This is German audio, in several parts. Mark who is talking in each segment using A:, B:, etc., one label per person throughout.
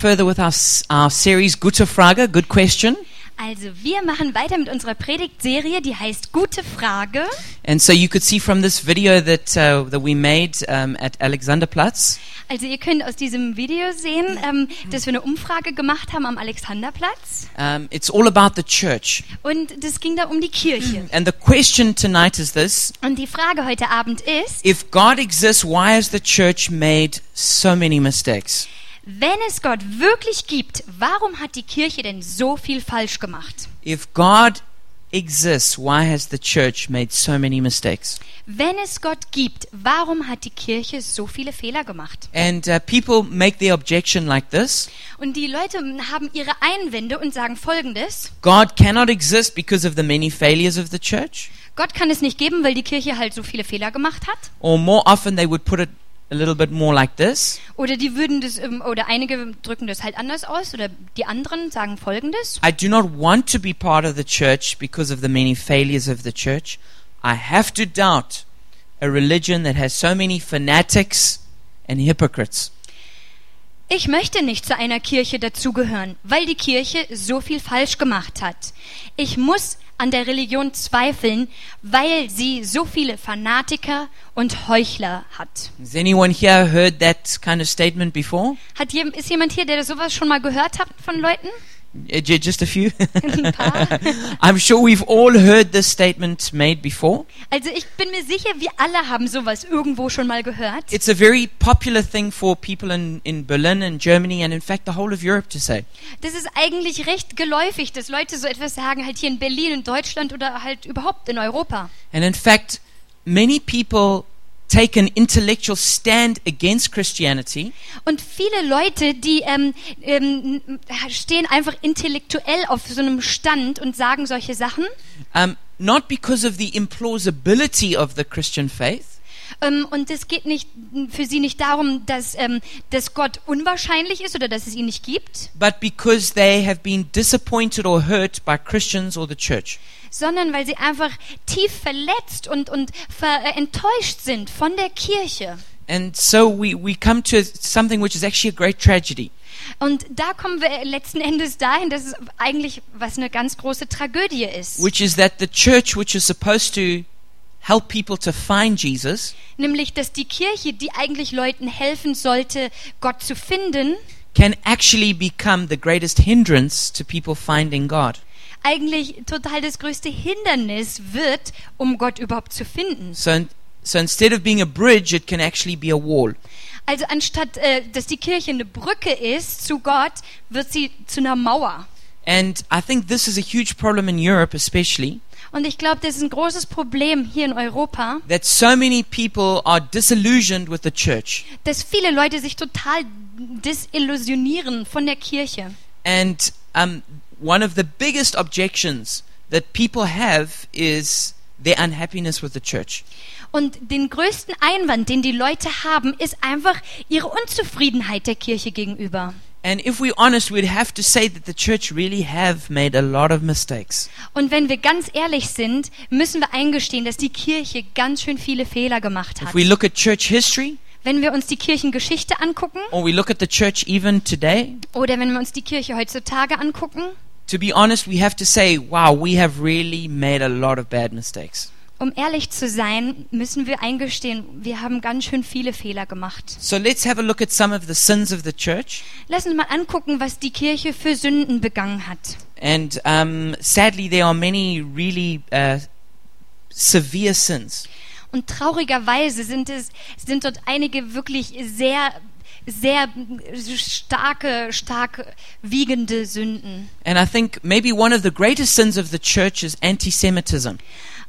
A: further with our, s- our series Gute Frage, Good Question.
B: Also wir machen weiter mit unserer Predigtserie, die heißt Gute Frage.
A: And so you could see from this video that, uh, that we made um, at Alexanderplatz
B: Also ihr könnt aus diesem Video sehen, ähm, dass wir eine Umfrage gemacht haben am Alexanderplatz.
A: Um, it's all about the church.
B: Und das ging da um die Kirche.
A: And the question tonight is this
B: Und die Frage heute Abend ist,
A: If God exists, why has the church made so many mistakes?
B: wenn es Gott wirklich gibt, warum hat die Kirche denn so viel falsch gemacht?
A: If God exists, why has the church made so many mistakes?
B: Wenn es Gott gibt, warum hat die Kirche so viele Fehler gemacht?
A: And uh, people make the objection like this
B: Und die Leute haben ihre Einwände und sagen folgendes.
A: God cannot exist because of the many failures of the church.
B: Gott kann es nicht geben, weil die Kirche halt so viele Fehler gemacht hat.
A: Or more often, they would put it a little bit more like this
B: Oder die würden das, ähm, oder einige drücken das halt anders aus, oder die anderen sagen folgendes.
A: I do not want to be part of the church because of the many failures of the church. I have to doubt a religion that has so many fanatics and hypocrites.
B: Ich möchte nicht zu einer Kirche dazugehören, weil die Kirche so viel falsch gemacht hat. Ich muss an der Religion zweifeln, weil sie so viele Fanatiker und Heuchler hat.
A: Has anyone here heard that kind of statement before?
B: hat jem, ist jemand hier, der das sowas schon mal gehört hat von Leuten?
A: Uh, ju- Just a few?
B: Ein paar?
A: I'm sure we've all heard this statement made before.
B: Also ich bin mir sicher, wir alle haben sowas irgendwo schon mal gehört.
A: It's a very popular thing for people in, in Berlin and Germany and, in fact, the whole of Europe to say.
B: Das ist eigentlich recht geläufig, dass Leute so etwas sagen, halt hier in Berlin, in Deutschland oder halt überhaupt in Europa.
A: And in fact, many people take an intellectual stand against Christianity.
B: Und viele Leute, die ähm, ähm, stehen einfach intellektuell auf so einem Stand und sagen solche Sachen.
A: um, not because of the implausibility of the Christian faith,
B: Ähm, und es geht nicht für sie nicht darum, dass, ähm, dass Gott unwahrscheinlich ist oder dass es ihn nicht gibt,
A: but because they have been disappointed or hurt by Christians or the church.
B: sondern weil sie einfach tief verletzt und, und ver äh, enttäuscht sind von der Kirche.
A: And so we, we come to something which is actually a great tragedy.
B: Und da kommen wir letzten Endes dahin, dass es eigentlich was eine ganz große Tragödie ist.
A: which is that the church, which is supposed to help people to find Jesus,
B: Nämlich, dass die Kirche, die eigentlich Leuten helfen sollte, Gott zu finden,
A: can actually become the greatest hindrance to people finding God.
B: eigentlich total das größte Hindernis wird, um Gott überhaupt zu finden.
A: So, in, so instead of being a bridge, it can actually be a wall.
B: Also anstatt, äh, dass die Kirche eine Brücke ist zu Gott, wird sie zu einer Mauer.
A: And I think this is a huge problem in Europe, especially,
B: Und ich glaube, das ist ein großes Problem hier in Europa,
A: that so many people are disillusioned with the church.
B: dass viele Leute sich total desillusionieren von der Kirche.
A: And um, one of the biggest objections that people have is their unhappiness with the church.
B: Und den größten Einwand, den die Leute haben, ist einfach ihre Unzufriedenheit der Kirche gegenüber.
A: And if we're honest, we'd have to say that the church really have made a lot of mistakes.
B: Und wenn wir ganz ehrlich sind, müssen wir eingestehen, dass die Kirche ganz schön viele Fehler gemacht
A: If
B: hat.
A: we look at church history,
B: Wenn wir uns die Kirchengeschichte angucken
A: or we look at the church even today,
B: oder wenn wir uns die Kirche heutzutage angucken,
A: to be honest, we have to say, wow, we have really made a lot of bad mistakes.
B: um ehrlich zu sein, müssen wir eingestehen, wir haben ganz schön viele Fehler gemacht.
A: So let's have a look at some of the sins of the church.
B: Lass uns mal angucken, was die Kirche für Sünden begangen hat.
A: And um, sadly, there are many really uh, severe sins.
B: Und traurigerweise sind es sind dort einige wirklich sehr sehr starke stark wiegende Sünden.
A: And I think maybe one of the greatest sins of the church is anti Semitism.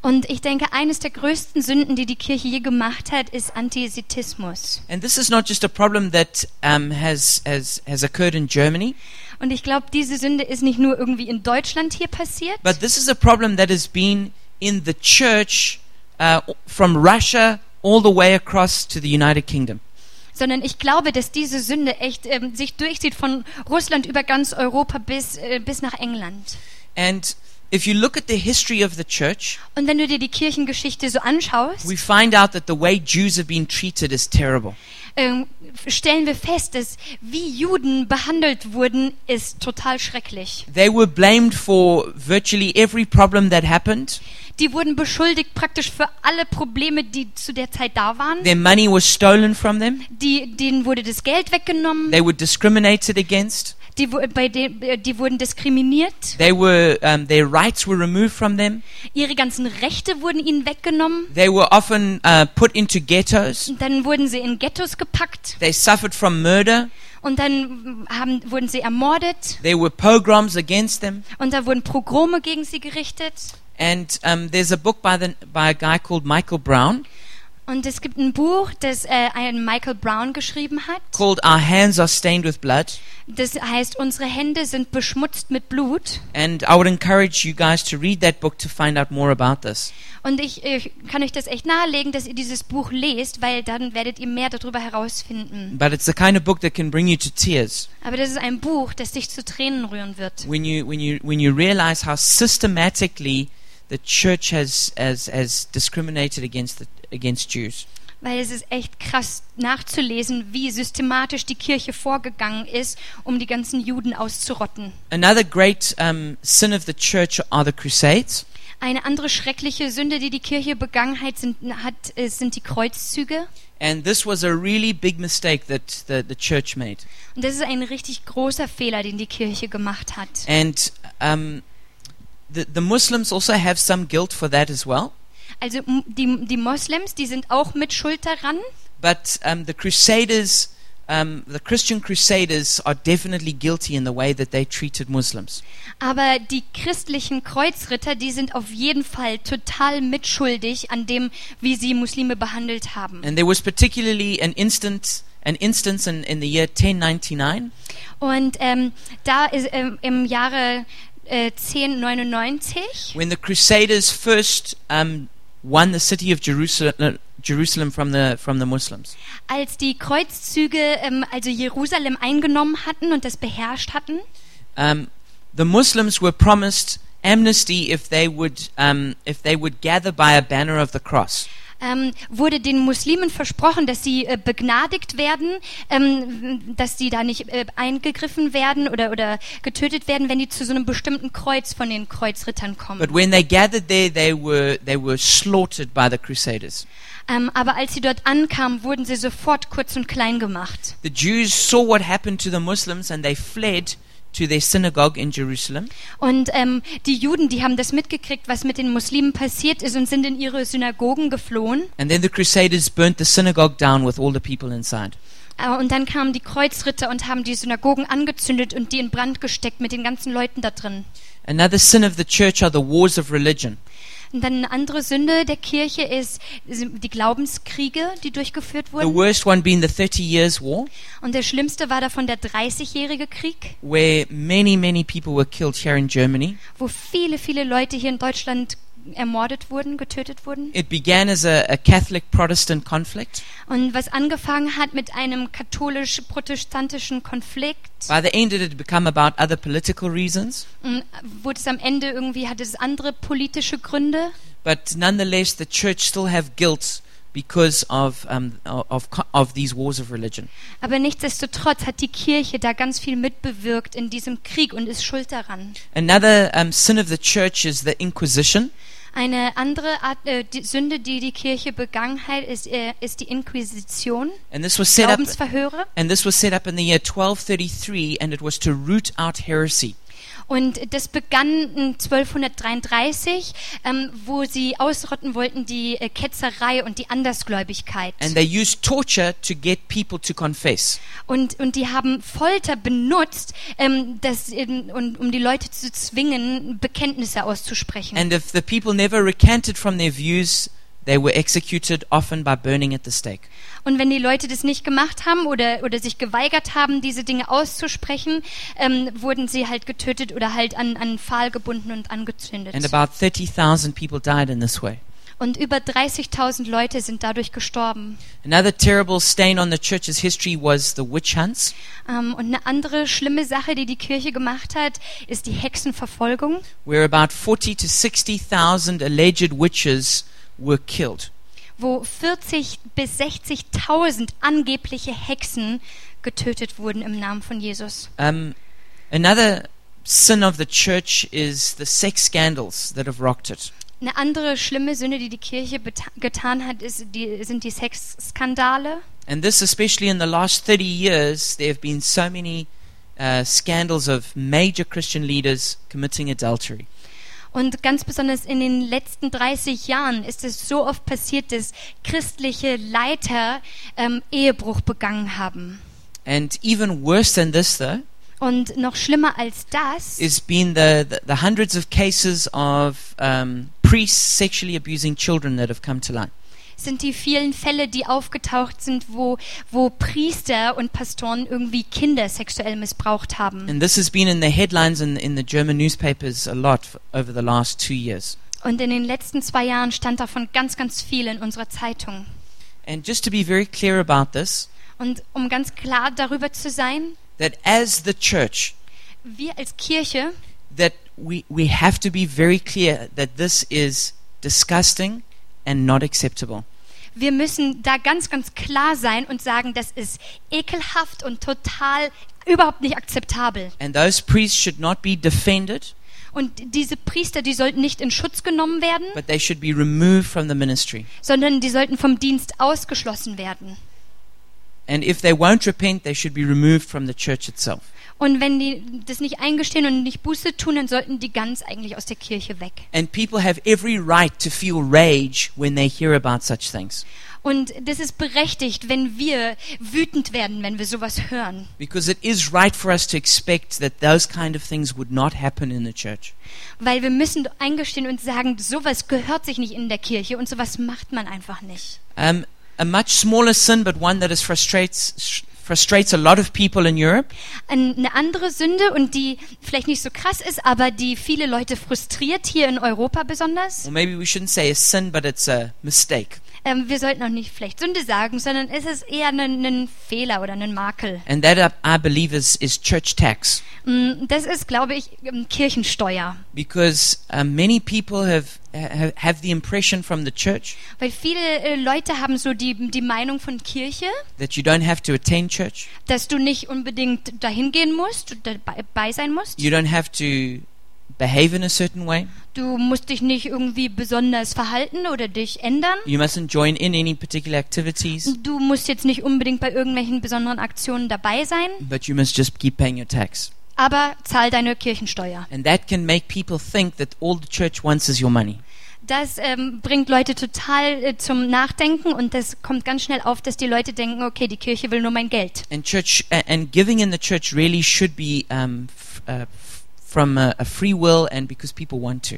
B: Und ich denke, eines der größten Sünden, die die Kirche je gemacht hat, ist Antisemitismus.
A: And this is not just a problem that um, has, has, has occurred in Germany,
B: Und ich glaube, diese Sünde ist nicht nur irgendwie in Deutschland hier passiert,
A: but this is a problem that has been in the church uh, from Russia all the way across to the United Kingdom.
B: sondern ich glaube, dass diese Sünde echt ähm, sich durchzieht von Russland über ganz Europa bis äh, bis nach England.
A: And If you look at the history of the church,
B: Und wenn du dir die Kirchengeschichte so anschaust,
A: we find out that the way Jews have been treated is terrible.
B: ähm, stellen wir fest, dass wie Juden behandelt wurden, ist total schrecklich.
A: They were blamed for virtually every problem that happened.
B: Die wurden beschuldigt praktisch für alle Probleme, die zu der Zeit da waren.
A: Their money was stolen from them.
B: Die, denen wurde das Geld weggenommen.
A: They were discriminated against.
B: Die, wu- bei den, äh, die wurden diskriminiert.
A: They were, um, their rights were removed from them.
B: Ihre ganzen Rechte wurden ihnen weggenommen.
A: They were often uh, put into ghettos.
B: Und dann wurden sie in Ghettos gepackt.
A: They suffered from murder.
B: Und dann haben, wurden sie ermordet.
A: There were pogroms against them.
B: Und da wurden Pogrome gegen sie gerichtet.
A: And um, there's a book by, the, by a guy called Michael Brown
B: Und es gibt ein Buch, das äh, ein Michael Brown geschrieben hat.
A: called Our Hands Are Stained with Blood.
B: Das heißt, unsere Hände sind beschmutzt mit Blut.
A: And I would encourage you guys to read that book to find out more about this.
B: Und ich, ich kann euch das echt nahelegen, dass ihr dieses Buch lest, weil dann werdet ihr mehr darüber herausfinden.
A: But it's the kind of book that can bring you to tears
B: Aber das ist ein Buch, das dich zu Tränen rühren wird.
A: when you, when you, when you realize how systematically the church has, has, has discriminated against, the, against Jews.
B: Weil es ist echt krass nachzulesen, wie systematisch die Kirche vorgegangen ist, um die ganzen Juden auszurotten.
A: Another great um, sin of the church are the Crusades.
B: Eine andere schreckliche Sünde, die die Kirche begangen hat, sind, hat, äh, sind die Kreuzzüge.
A: And this was a really big mistake that the, the church made.
B: Und das ist ein richtig großer Fehler, den die Kirche gemacht hat.
A: And um, the, the Muslims also have some guilt for that as well.
B: Also m- die, die Moslems, die sind auch mit Schuld daran,
A: But um, the Crusaders, um, the Christian Crusaders, are definitely guilty in the way that they treated Muslims.
B: aber die christlichen Kreuzritter, die sind auf jeden Fall total mitschuldig an dem, wie sie Muslime behandelt haben.
A: And there was particularly an instance, an instance in, in the year 1099
B: Und ähm, da ist ähm, im Jahre äh, 1099,
A: when the Crusaders first um, won the city of Jerusalem, uh, Jerusalem from the from the Muslims.
B: als die Kreuzzüge ähm, also Jerusalem eingenommen hatten und das beherrscht hatten,
A: Um, the Muslims were promised amnesty if they would um, if they would gather by a banner of the cross.
B: ähm, wurde den Muslimen versprochen, dass sie äh, begnadigt werden, ähm, dass sie da nicht äh, eingegriffen werden oder, oder getötet werden, wenn die zu so einem bestimmten Kreuz von den Kreuzrittern kommen.
A: But when they gathered there, they were they were slaughtered by the Crusaders.
B: Ähm, aber als sie dort ankamen, wurden sie sofort kurz und klein gemacht.
A: The Jews saw what happened to the Muslims and they fled to their synagogue in Jerusalem.
B: Und ähm, die Juden, die haben das mitgekriegt, was mit den Muslimen passiert ist und sind in ihre Synagogen geflohen.
A: And then the Crusaders burnt the synagogue down with all the people inside.
B: Äh, und dann kamen die Kreuzritter und haben die Synagogen angezündet und die in Brand gesteckt mit den ganzen Leuten da drin.
A: Another sin of the church are the wars of religion.
B: Und dann eine andere Sünde der Kirche ist sind die Glaubenskriege, die durchgeführt
A: The
B: wurden.
A: worst one being the Thirty Years' War,
B: Und der schlimmste war davon der 30-jährige Krieg,
A: where many, many people were killed here in Germany.
B: wo viele, viele Leute hier in Deutschland ermordet wurden, getötet wurden.
A: It began as a, a Catholic Protestant conflict.
B: Und was angefangen hat mit einem katholisch-protestantischen Konflikt,
A: By the end, it had become about other political reasons.
B: m, ähm, wurde es am Ende irgendwie, hatte es andere politische Gründe.
A: But nonetheless, the church still have guilt because of, um, of, co- of these wars of religion.
B: Aber nichtsdestotrotz hat die Kirche da ganz viel mitbewirkt in diesem Krieg und ist schuld daran.
A: Another um, sin of the church is the Inquisition.
B: Eine andere Art äh, die Sünde, die die Kirche begangen hat, ist, äh, ist die Inquisition,
A: And this was set up
B: Glaubensverhöre.
A: and this was set up in the year 1233 and it was to root out heresy.
B: Und das begann in 1233, ähm, wo sie ausrotten wollten die äh, Ketzerei und die Andersgläubigkeit.
A: And they used torture to get people to confess.
B: Und, und die haben Folter benutzt, ähm, das, ähm, und, um die Leute zu zwingen, Bekenntnisse auszusprechen.
A: And if the people never recanted from their views, they were executed often by burning at the stake.
B: Und wenn die Leute das nicht gemacht haben oder, oder sich geweigert haben, diese Dinge auszusprechen, ähm, wurden sie halt getötet oder halt an, an einen Pfahl gebunden und angezündet.
A: And about 30,000 people died in this way.
B: Und über 30.000 Leute sind dadurch gestorben.
A: Another terrible stain on the church's history was the witch hunts,
B: Ähm, und eine andere schlimme Sache, die die Kirche gemacht hat, ist die Hexenverfolgung.
A: where about 40 to 60,000 alleged witches were killed.
B: wo 40 bis 60.000 angebliche Hexen getötet wurden im Namen von Jesus.
A: Um, another sin of the church is the sex scandals that have rocked it.
B: Eine andere schlimme Sünde, die die Kirche beta- getan hat, ist die, sind die Sexskandale.
A: And this, especially in the last 30 years, there have been so many uh, scandals of major Christian leaders committing adultery.
B: Und ganz besonders in den letzten 30 Jahren ist es so oft passiert, dass christliche Leiter ähm, Ehebruch begangen haben.
A: And even worse than this, though,
B: Und noch schlimmer als das
A: has been the, the, the hundreds of cases of um, priests sexually abusing children that have come to light.
B: sind die vielen Fälle, die aufgetaucht sind, wo, wo Priester und Pastoren irgendwie Kinder sexuell missbraucht haben.
A: And this has been in the headlines in, in the German newspapers a lot f- over the last two years.
B: Und in den letzten zwei Jahren stand davon ganz, ganz viel in unserer Zeitung.
A: And just to be very clear about this,
B: Und um ganz klar darüber zu sein,
A: that as the church,
B: wir als Kirche,
A: that we, we have to be very clear that this is disgusting and not acceptable.
B: wir müssen da ganz, ganz klar sein und sagen, das ist ekelhaft und total überhaupt nicht akzeptabel.
A: And those priests should not be defended,
B: Und diese Priester, die sollten nicht in Schutz genommen werden,
A: but they should be removed from the ministry.
B: sondern die sollten vom Dienst ausgeschlossen werden.
A: And if they won't repent, they should be removed from the church itself.
B: Und wenn die das nicht eingestehen und nicht Buße tun, dann sollten die ganz eigentlich aus der Kirche weg.
A: And people have every right to feel rage when they hear about such things,
B: Und das ist berechtigt, wenn wir wütend werden, wenn wir sowas hören.
A: because it is right for us to expect that those kind of things would not happen in the church.
B: Weil wir müssen eingestehen und sagen, sowas gehört sich nicht in der Kirche und sowas macht man einfach nicht.
A: Um, a much smaller sin, but one that is frustrates frustrates a lot of people in Europe,
B: Ein- Eine andere Sünde und die vielleicht nicht so krass ist, aber die viele Leute frustriert, hier in Europa besonders.
A: or maybe we shouldn't say a sin, but it's a mistake,
B: Ähm, wir sollten auch nicht vielleicht Sünde sagen, sondern es ist eher ein, ein Fehler oder ein Makel.
A: and that I, I believe is is church tax,
B: Mm, Das ist, glaube ich, ähm, Kirchensteuer.
A: because uh, many people have, have have the impression from the church
B: Weil viele äh, Leute haben so die, die Meinung von Kirche,
A: that you don't have to attend church,
B: dass du nicht unbedingt dahin gehen musst, dabei bei sein musst.
A: you don't have to behave in a certain way,
B: Du musst dich nicht irgendwie besonders verhalten oder dich ändern.
A: you mustn't join in any particular activities,
B: Du musst jetzt nicht unbedingt bei irgendwelchen besonderen Aktionen dabei sein,
A: but you must just keep paying your tax,
B: aber zahl deine Kirchensteuer.
A: and that can make people think that all the church wants is your money.
B: Das ähm, bringt Leute total äh, zum Nachdenken und das kommt ganz schnell auf, dass die Leute denken, okay, die Kirche will nur mein Geld.
A: and church a- and giving in the church really should be um, f- uh, f- from a, a free will and because people want to.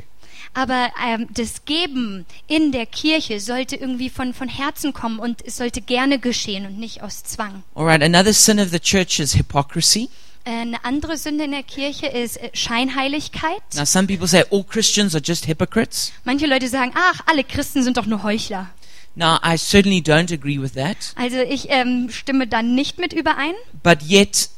B: Aber ähm, das Geben in der Kirche sollte irgendwie von, von Herzen kommen und es sollte gerne geschehen und nicht aus Zwang. Äh,
A: All right, another sin of the church is hypocrisy.
B: Eine andere Sünde in der Kirche ist äh, Scheinheiligkeit.
A: Now, some people say all Christians are just hypocrites.
B: Manche Leute sagen, ach, alle Christen sind doch nur Heuchler.
A: Now, I certainly don't agree with that,
B: Also ich ähm, stimme da nicht mit überein.
A: but yet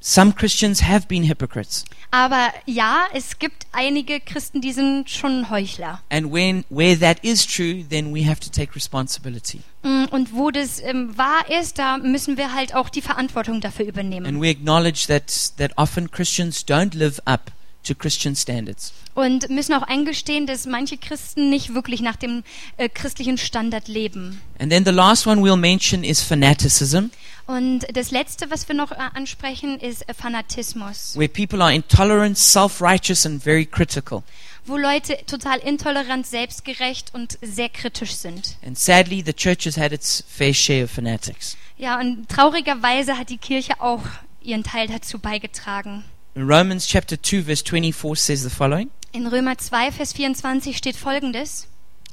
A: some Christians have been hypocrites.
B: Aber ja, es gibt einige Christen, die sind schon Heuchler.
A: And when where that is true, then we have to take responsibility
B: Mm, Und wo das ähm, wahr ist, da müssen wir halt auch die Verantwortung dafür
A: and
B: übernehmen.
A: we acknowledge that that often Christians don't live up to Christian standards.
B: Und müssen auch eingestehen, dass manche Christen nicht wirklich nach dem äh, christlichen Standard leben.
A: And then the last one we'll mention is fanaticism.
B: Und das Letzte, was wir noch äh, ansprechen, ist äh, Fanatismus.
A: where people are intolerant, self righteous, and very critical.
B: wo Leute total intolerant, selbstgerecht und sehr kritisch sind.
A: And sadly, the church has had its fair share of fanatics.
B: Ja, und traurigerweise hat die Kirche auch ihren Teil dazu beigetragen.
A: Romans chapter 2, verse 24 says the following
B: In Römer 2, Vers 24 steht folgendes.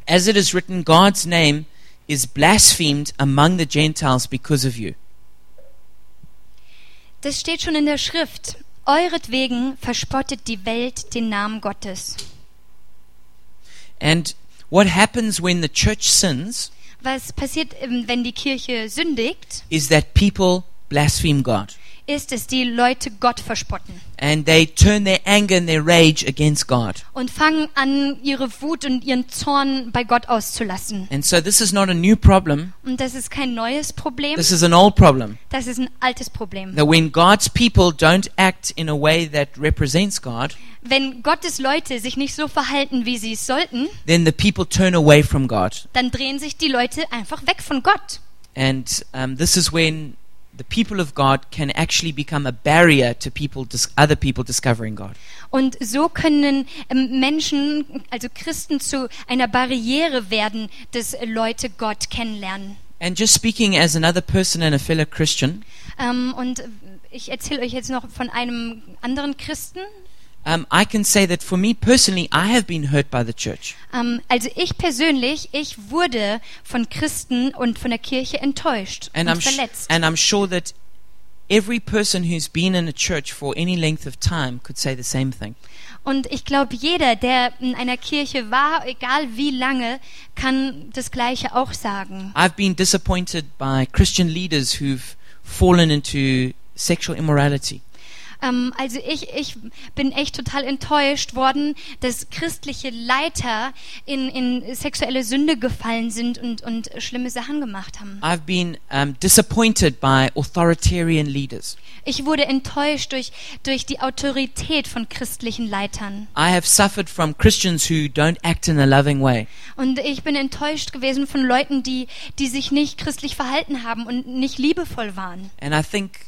A: As it is written, God's name is blasphemed among the Gentiles because of you.
B: Das steht schon in der Schrift. Euretwegen verspottet die Welt den Namen Gottes.
A: And What happens when the church sins
B: Was passiert, ähm, wenn die Kirche sündigt,
A: is that people blaspheme God
B: ist, dass die Leute Gott verspotten
A: and they turn their anger and their rage against God.
B: und fangen an, ihre Wut und ihren Zorn bei Gott auszulassen.
A: And so this is not a new problem.
B: Und das ist kein neues Problem,
A: This is an old problem.
B: das ist ein altes Problem.
A: That when God's people don't act in a way that represents God,
B: Wenn Gottes Leute sich nicht so verhalten, wie sie es sollten,
A: then the people turn away from God.
B: dann drehen sich die Leute einfach weg von Gott.
A: And um, this is when the people of God can actually become a barrier to people, dis- other people discovering God.
B: Und so können ähm, Menschen, also Christen, zu einer Barriere werden, dass Leute Gott kennenlernen.
A: And just speaking as another person and a fellow Christian,
B: Ähm, und ich erzähle euch jetzt noch von einem anderen Christen.
A: um, I can say that for me personally, I have been hurt by the church.
B: Ähm, also ich persönlich, ich wurde von Christen und von der Kirche enttäuscht
A: And I'm,
B: und
A: sh-
B: verletzt.
A: and I'm sure that every person who's been in a church for any length of time could say the same thing.
B: Und ich glaube, jeder, der in einer Kirche war, egal wie lange, kann das Gleiche auch sagen.
A: I've been disappointed by Christian leaders who've fallen into sexual immorality.
B: Ähm, also ich, ich bin echt total enttäuscht worden, dass christliche Leiter in, in sexuelle Sünde gefallen sind und, und schlimme Sachen gemacht haben.
A: I've been um, disappointed by authoritarian leaders.
B: Ich wurde enttäuscht durch, durch die Autorität von christlichen Leitern.
A: I have suffered from Christians who don't act in a loving way.
B: Und ich bin enttäuscht gewesen von Leuten, die, die sich nicht christlich verhalten haben und nicht liebevoll waren.
A: And I think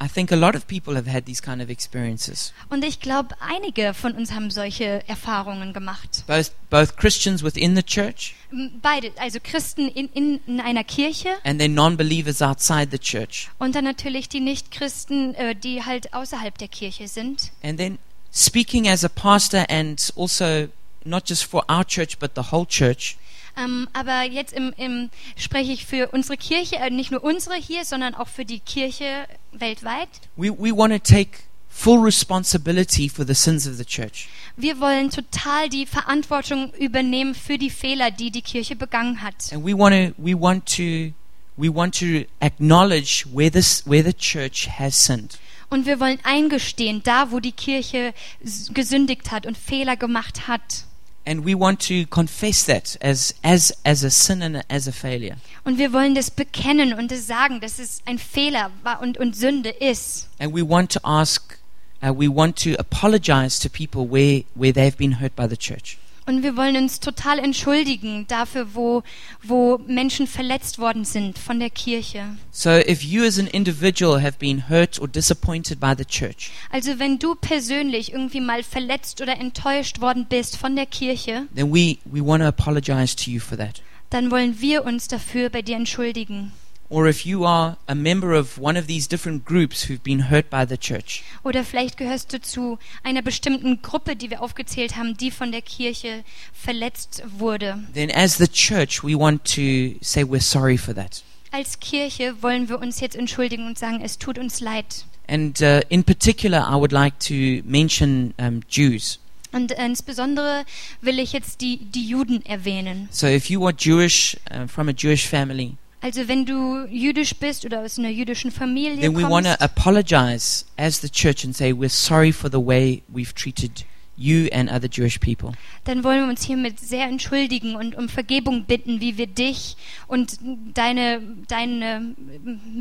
A: I think a lot of people have had these kind of experiences.
B: Und ich glaube, einige von uns haben solche Erfahrungen gemacht.
A: Both both Christians within the church
B: M- Beide, also Christen in, in, in einer Kirche
A: and then non-believers outside the church.
B: und dann natürlich die Nichtchristen, äh, die halt außerhalb der Kirche sind.
A: And then speaking as a pastor and also not just for our church but the whole church,
B: Ähm, aber jetzt im, im, spreche ich für unsere Kirche, äh, nicht nur unsere hier, sondern auch für die Kirche weltweit.
A: we we want to take full responsibility for the sins of the church.
B: Wir wollen total die Verantwortung übernehmen für die Fehler, die die Kirche begangen hat.
A: And we want to we want to we want to acknowledge where this where the church has sinned.
B: Und wir wollen eingestehen, da wo die Kirche s- gesündigt hat und Fehler gemacht hat.
A: and we want to confess that as as as a sin and as a failure
B: Und wir wollen das bekennen und das sagen, dass es ein Fehler war und, und Sünde ist.
A: and we want to ask uh, we want to apologize to people where where they've been hurt by the church
B: Und wir wollen uns total entschuldigen dafür, wo, wo Menschen verletzt worden sind von der Kirche.
A: so if you as an individual have been hurt or disappointed by the church
B: Also wenn du persönlich irgendwie mal verletzt oder enttäuscht worden bist von der Kirche,
A: then we we want to apologize to you for that
B: dann wollen wir uns dafür bei dir entschuldigen.
A: or if you are a member of one of these different groups who've been hurt by the church
B: Oder vielleicht gehörst du zu einer bestimmten Gruppe, die wir aufgezählt haben, die von der Kirche verletzt wurde.
A: then as the church we want to say we're sorry for that
B: Als Kirche wollen wir uns jetzt entschuldigen und sagen, es tut uns leid.
A: and uh, in particular i would like to mention um, jews
B: Und äh, insbesondere will ich jetzt die, die Juden erwähnen.
A: So if you are Jewish, uh, from a Jewish family,
B: Also wenn du jüdisch bist oder aus einer jüdischen Familie
A: then we want to
B: kommst,
A: apologize as the church and say we're sorry for the way we've treated you and other Jewish people.
B: dann wollen wir uns hiermit sehr entschuldigen und um Vergebung bitten, wie wir dich und deine, deine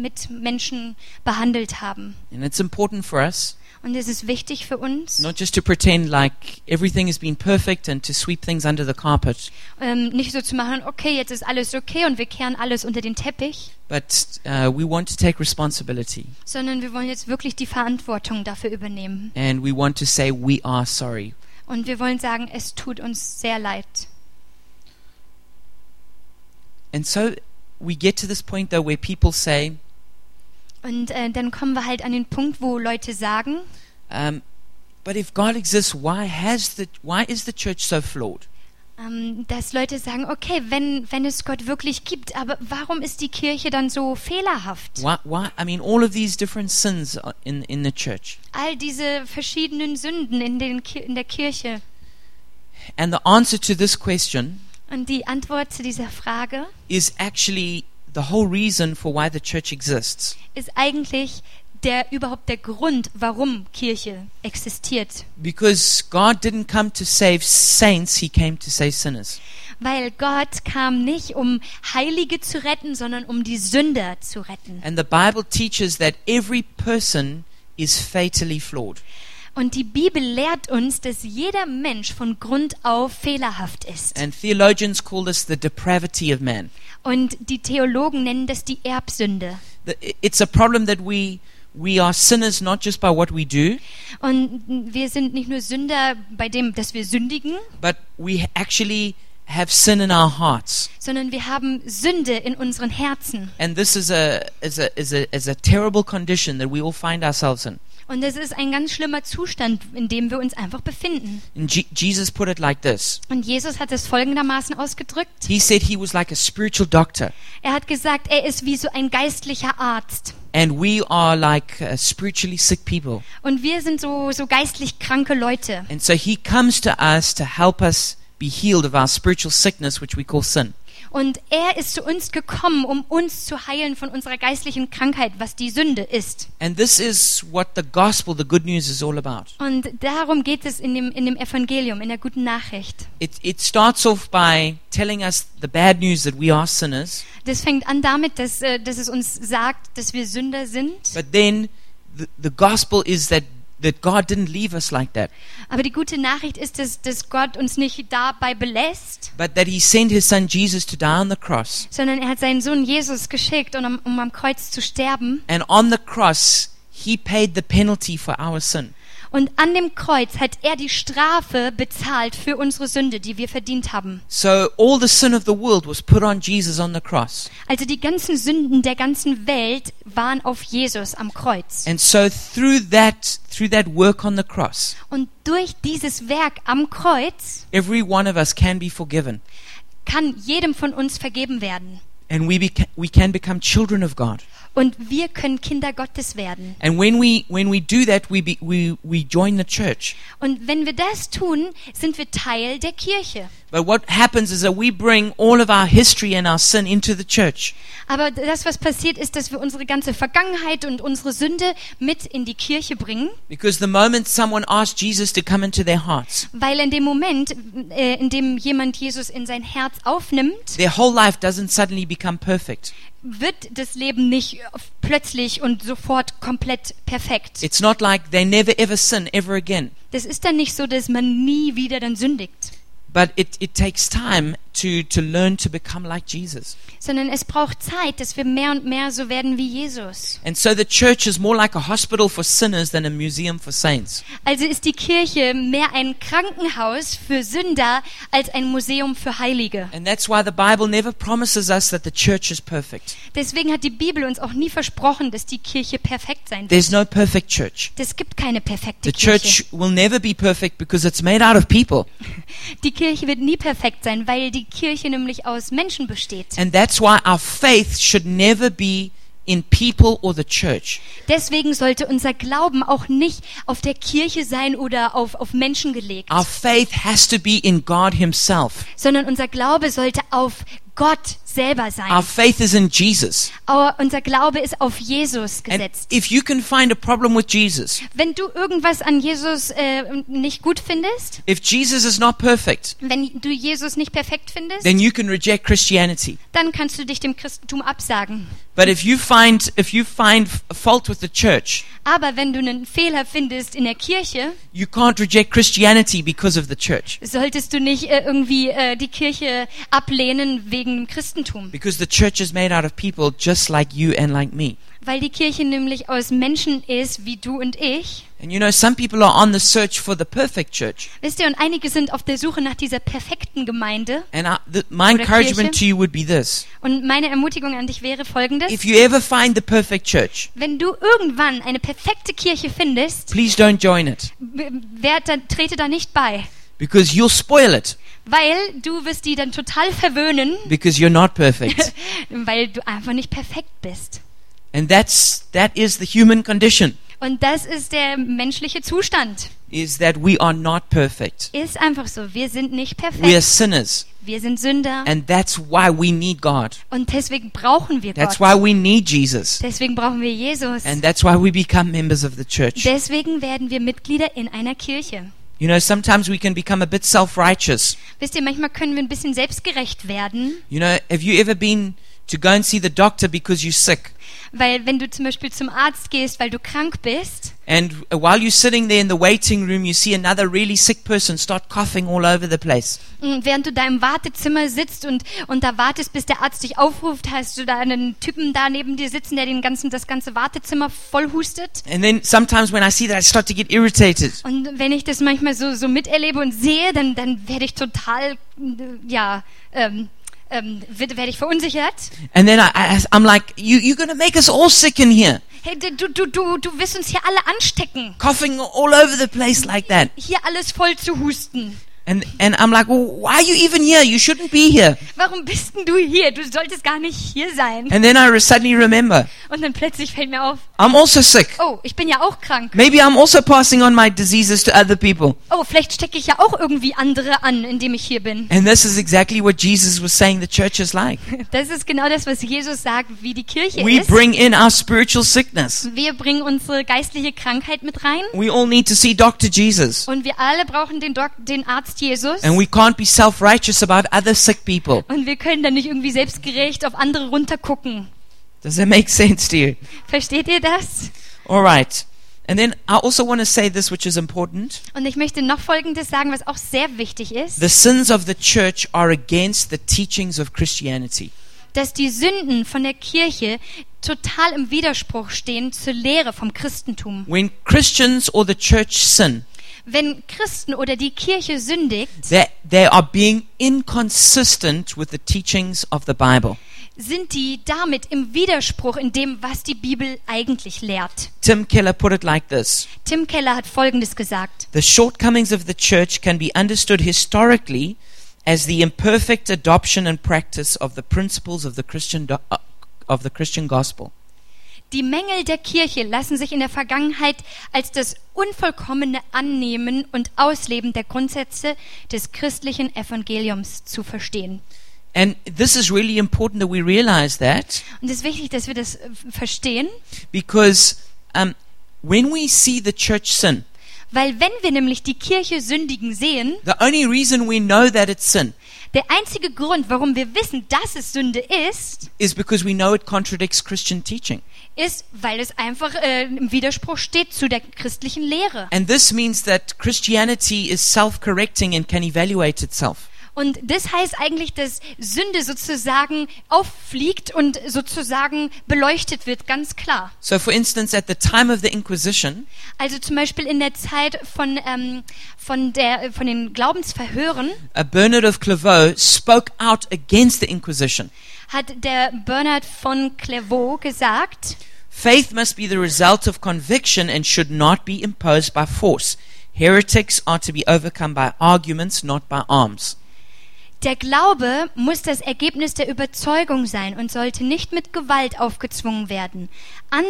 B: Mitmenschen behandelt haben.
A: And it's important for us
B: Und es ist wichtig für uns.
A: not just to pretend like everything has been perfect and to sweep things under the carpet,
B: ähm, nicht so zu machen, okay, jetzt ist alles okay und wir kehren alles unter den Teppich,
A: but uh, we want to take responsibility
B: sondern wir wollen jetzt wirklich die Verantwortung dafür übernehmen.
A: and we want to say we are sorry.
B: Und wir wollen sagen, es tut uns sehr leid.
A: And so we get to this point though where people say,
B: Und äh, dann kommen wir halt an den Punkt, wo Leute sagen,
A: um, but if God exists, why has the why is the church so flawed?
B: ähm, dass Leute sagen, okay, wenn, wenn es Gott wirklich gibt, aber warum ist die Kirche dann so fehlerhaft?
A: Why, why? I mean, all of these different sins are in in the church,
B: All diese verschiedenen Sünden in, den, Ki- in der Kirche.
A: and the answer to this question
B: Und die Antwort zu dieser Frage
A: is actually the whole reason for why the church exists.
B: ist eigentlich der überhaupt der Grund, warum Kirche existiert.
A: Because God didn't come to save saints, He came to save sinners.
B: Weil Gott kam nicht, um Heilige zu retten, sondern um die Sünder zu retten.
A: And the Bible teaches that every person is fatally flawed.
B: Und die Bibel lehrt uns, dass jeder Mensch von Grund auf fehlerhaft ist.
A: And theologians call this the depravity of man.
B: Und die Theologen nennen das die Erbsünde.
A: The- i- It's a problem that we, we are sinners not just by what we do,
B: Und wir sind nicht nur Sünder bei dem, dass wir sündigen,
A: but we actually have sin in our hearts.
B: sondern wir haben Sünde in unseren Herzen.
A: And this is a, is a, is a, is a terrible condition that we all find ourselves in.
B: Und das ist ein ganz schlimmer Zustand, in dem wir uns einfach befinden.
A: And Je- Jesus put it like this
B: Und Jesus hat es folgendermaßen ausgedrückt.
A: He said he was like a spiritual doctor,
B: Er hat gesagt, er ist wie so ein geistlicher Arzt.
A: and we are like uh, spiritually sick people.
B: Und wir sind so, so geistlich kranke Leute.
A: And so he comes to us to help us be healed of our spiritual sickness, which we call sin.
B: Und er ist zu uns gekommen, um uns zu heilen von unserer geistlichen Krankheit, was die Sünde ist.
A: And this is what the gospel, the good news, is all about.
B: Und darum geht es in dem, in dem Evangelium, in der guten Nachricht.
A: It, it starts off by telling us the bad news that we are sinners,
B: Das fängt an damit, dass, äh, dass es uns sagt, dass wir Sünder sind.
A: but then the, the gospel is that, that God didn't leave us like that,
B: Aber die gute Nachricht ist, dass, dass Gott uns nicht dabei belässt,
A: but that He sent His Son Jesus to die on the cross.
B: sondern er hat seinen Sohn Jesus geschickt, um am, um am Kreuz zu sterben.
A: And on the cross, He paid the penalty for our sin.
B: Und an dem Kreuz hat er die Strafe bezahlt für unsere Sünde, die wir verdient haben.
A: So all the sin of the world was put on Jesus on the cross.
B: Also die ganzen Sünden der ganzen Welt waren auf Jesus am Kreuz.
A: And so through that, through that work on the cross,
B: Und durch dieses Werk am Kreuz
A: every one of us can be forgiven.
B: kann jedem von uns vergeben werden.
A: And we, beca- we can become children of God.
B: Und wir können Kinder Gottes werden.
A: And when we, when we do that, we, be, we, we join the church.
B: Und wenn wir das tun, sind wir Teil der Kirche.
A: But what happens is that we bring all of our history and our sin into the church.
B: Aber das, was passiert ist, dass wir unsere ganze Vergangenheit und unsere Sünde mit in die Kirche bringen,
A: Because the moment someone asks Jesus to come into their hearts,
B: weil in dem Moment, äh, in dem jemand Jesus in sein Herz aufnimmt,
A: their whole life doesn't suddenly become perfect.
B: wird das Leben nicht plötzlich und sofort komplett perfekt.
A: It's not like they never ever sin ever again.
B: Das ist dann nicht so, dass man nie wieder dann sündigt,
A: But it, it takes time to, to learn to become like Jesus.
B: sondern es braucht Zeit, dass wir mehr und mehr so werden wie Jesus.
A: And so the church is more like a hospital for sinners than a museum for saints.
B: Also ist die Kirche mehr ein Krankenhaus für Sünder als ein Museum für Heilige.
A: And that's why the Bible never promises us that the church is perfect.
B: Deswegen hat die Bibel uns auch nie versprochen, dass die Kirche perfekt sein wird.
A: There's no perfect church.
B: Es gibt keine perfekte
A: The
B: Kirche.
A: church will never be perfect because it's made out of people.
B: Die Kirche wird nie perfekt sein, weil die Kirche nämlich aus Menschen besteht.
A: And that's why our faith should never be in people or the church.
B: Deswegen sollte unser Glauben auch nicht auf der Kirche sein oder auf, auf Menschen gelegt,
A: Our faith has to be in God Himself.
B: sondern unser Glaube sollte auf Gott selber
A: Our
B: sein.
A: faith is in Jesus.
B: Aber unser Glaube ist auf Jesus
A: And
B: gesetzt.
A: if you can find a problem with Jesus,
B: Wenn du irgendwas an Jesus äh, nicht gut findest,
A: if Jesus is not perfect,
B: wenn du Jesus nicht perfekt findest,
A: then you can reject Christianity.
B: dann kannst du dich dem Christentum absagen.
A: But if you find if you find f- fault with the church,
B: Aber wenn du einen Fehler findest in der Kirche,
A: you can't reject Christianity because of the church,
B: solltest du nicht äh, irgendwie äh, die Kirche ablehnen wegen dem Christentum,
A: because the church is made out of people just like you and like me.
B: weil die Kirche nämlich aus Menschen ist, wie du und ich.
A: And you know, some people are on the search for the perfect church.
B: Wisst ihr, und einige sind auf der Suche nach dieser perfekten Gemeinde.
A: And I, th my
B: Oder
A: encouragement
B: Kirche.
A: to you would be this:
B: Und meine Ermutigung an dich wäre folgendes.
A: if you ever find the perfect church,
B: Wenn du irgendwann eine perfekte Kirche findest,
A: please don't join it,
B: w- wer, dann, trete da nicht bei,
A: because you'll spoil it,
B: weil du wirst die dann total verwöhnen,
A: because you're not perfect.
B: weil du einfach nicht perfekt bist.
A: and that's that is the human condition.
B: Und das ist der menschliche Zustand.
A: is that we are not perfect.
B: Ist einfach so. Wir sind nicht
A: We are
B: perfekt.
A: sinners.
B: Wir sind Sünder.
A: And that's why we need God.
B: Und deswegen brauchen wir
A: That's
B: Gott.
A: why we need Jesus.
B: Deswegen brauchen wir Jesus.
A: And that's why we become members of the church.
B: Deswegen werden wir Mitglieder in einer Kirche.
A: You know, sometimes we can become a bit self righteous.
B: Wisst ihr, manchmal können wir ein bisschen selbstgerecht werden,
A: You know, have you ever been to go and see the doctor because you're sick?
B: weil wenn du zum Beispiel zum Arzt gehst, weil du krank bist,
A: And while you're sitting there in the waiting room, you see another really sick person start coughing all over the place.
B: Und mm, Während du da im Wartezimmer sitzt und, und da wartest, bis der Arzt dich aufruft, hast du da einen Typen da neben dir sitzen, der den ganzen, das ganze Wartezimmer vollhustet.
A: And then sometimes when I see that, I start to get irritated.
B: Und wenn ich das manchmal so, so miterlebe und sehe, dann, dann werde ich total, äh, ja, ähm, ähm, wird- werde ich verunsichert.
A: And then I, I, I'm like, you, you're going to make us all sick in here,
B: Hey, du, du, du, du wirst uns hier alle anstecken.
A: coughing all over the place like that.
B: Hier alles voll zu husten.
A: And, and I'm like, well, why are you even here? You shouldn't be here.
B: Warum bist denn du hier? Du solltest gar nicht hier sein.
A: And then I re- suddenly remember,
B: Und dann plötzlich fällt mir auf,
A: I'm also sick.
B: oh, ich bin ja auch krank.
A: Maybe I'm also passing on my diseases to other people.
B: Oh, vielleicht stecke ich ja auch irgendwie andere an, indem ich hier bin.
A: And this is exactly what Jesus was saying the church is like.
B: Das ist genau das, was Jesus sagt, wie die Kirche
A: We
B: ist.
A: bring in our spiritual sickness.
B: wir bringen unsere geistliche Krankheit mit rein
A: We all need to see Dr. Jesus.
B: und wir alle brauchen den, Dok den Arzt Jesus.
A: And we can't be self righteous about other sick people.
B: und wir können dann nicht irgendwie selbstgerecht auf andere runtergucken.
A: Does that make sense to you?
B: Versteht ihr das?
A: All right. And then I also want to say this, which is important.
B: Und ich möchte noch Folgendes sagen, was auch sehr wichtig ist,
A: The sins of the church are against the teachings of Christianity.
B: dass die Sünden von der Kirche total im Widerspruch stehen zur Lehre vom Christentum.
A: When Christians or the church sin,
B: Wenn Christen oder die Kirche sündigt,
A: that they are being inconsistent with the teachings of the Bible.
B: sind die damit im Widerspruch in dem, was die Bibel eigentlich lehrt.
A: Tim Keller put it like this
B: Tim Keller hat Folgendes gesagt.
A: The shortcomings of the church can be understood historically as the imperfect adoption and practice of the principles of the Christian, do- uh, of the Christian gospel.
B: Die Mängel der Kirche lassen sich in der Vergangenheit als das unvollkommene Annehmen und Ausleben der Grundsätze des christlichen Evangeliums zu verstehen.
A: And this is really important that we realize that
B: Und es ist wichtig, dass wir das äh, verstehen,
A: because um, when we see the church sin,
B: weil wenn wir nämlich die Kirche sündigen sehen,
A: The only reason we know that it's sin
B: der einzige Grund, warum wir wissen, dass es Sünde ist,
A: is because we know it contradicts Christian teaching.
B: ist, weil es einfach äh, im Widerspruch steht zu der christlichen Lehre.
A: And this means that Christianity is self correcting and can evaluate itself.
B: Und das heißt eigentlich, dass Sünde sozusagen auffliegt und sozusagen beleuchtet wird, ganz klar.
A: So, for instance, at the time of the Inquisition,
B: Also zum Beispiel in der Zeit von, ähm, von, der, von den Glaubensverhören
A: uh, Bernard of Clairvaux spoke out against the Inquisition.
B: hat der Bernhard von Clairvaux gesagt,
A: Faith must be the result of conviction and should not be imposed by force. Heretics are to be overcome by arguments, not by arms.
B: der Glaube muss das Ergebnis der Überzeugung sein und sollte nicht mit Gewalt aufgezwungen werden.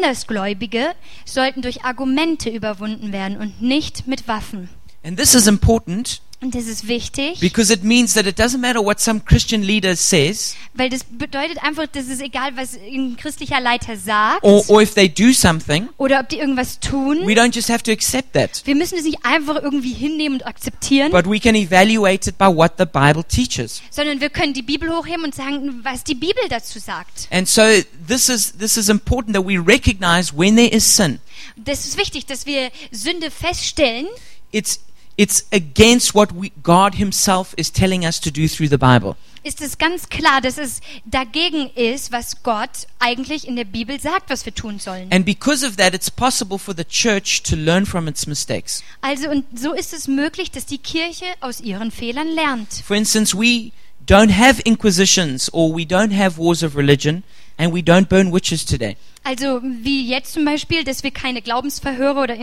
B: Andersgläubige sollten durch Argumente überwunden werden und nicht mit Waffen.
A: And this is important
B: Und das ist wichtig.
A: because it means that it doesn't matter what some Christian leader says
B: Weil das bedeutet einfach, dass es egal, was ein christlicher Leiter sagt
A: or, or if they do something.
B: oder ob die irgendwas
A: We
B: tun.
A: don't just have to accept that,
B: Wir müssen es nicht einfach irgendwie hinnehmen und akzeptieren,
A: but we can evaluate it by what the Bible teaches.
B: sondern wir können die Bibel hochheben und sagen, was die Bibel dazu sagt.
A: And so this is this is important that we recognize when there is sin.
B: Das ist wichtig, dass wir Sünde feststellen.
A: It's it's against what we, God Himself is telling us to do through the Bible.
B: Ist es ganz klar, dass es dagegen ist, was Gott eigentlich in der Bibel sagt, was wir tun sollen.
A: And because of that, it's possible for the church to learn from its mistakes.
B: Also und so ist es möglich, dass die Kirche aus ihren Fehlern lernt.
A: For instance, we don't have inquisitions or we don't have wars of religion and we don't burn witches today.
B: Also wie jetzt zum Beispiel, dass wir keine Glaubensverhöre oder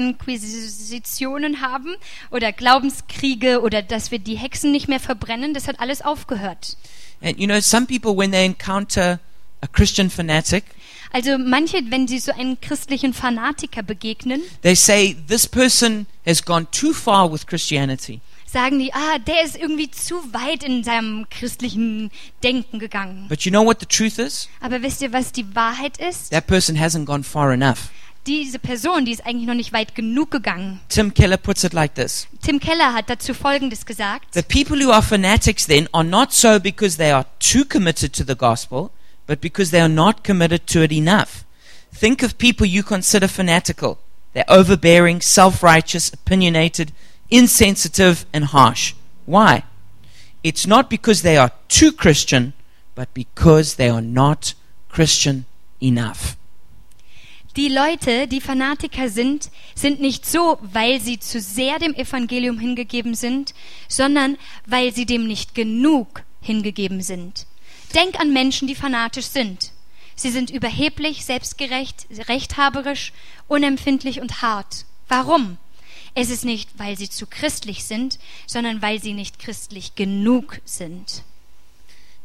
B: Inquisitionen haben oder Glaubenskriege oder dass wir die Hexen nicht mehr verbrennen, das hat alles aufgehört.
A: And you know, some people when they encounter a Christian fanatic,
B: Also manche, wenn sie so einem christlichen Fanatiker begegnen,
A: They say this person has gone too far with Christianity.
B: sagen die, ah, der ist irgendwie zu weit in seinem christlichen Denken gegangen.
A: But you know what the truth is?
B: Aber wisst ihr, was die Wahrheit ist?
A: That person hasn't gone far enough.
B: Diese Person, die ist eigentlich noch nicht weit genug gegangen.
A: Tim Keller puts it like this
B: Tim Keller hat dazu Folgendes gesagt.
A: The people who are fanatics then are not so because they are too committed to the gospel, but because they are not committed to it enough. Think of people you consider fanatical. They're overbearing, self righteous, opinionated, insensitive, and harsh. Why? It's not because they are too Christian, but because they are not Christian enough.
B: Die Leute, die Fanatiker sind, sind nicht so, weil sie zu sehr dem Evangelium hingegeben sind, sondern weil sie dem nicht genug hingegeben sind. Denk an Menschen, die fanatisch sind. Sie sind überheblich, selbstgerecht, rechthaberisch, unempfindlich und hart. Warum? Es ist nicht, weil sie zu christlich sind, sondern weil sie nicht christlich genug sind.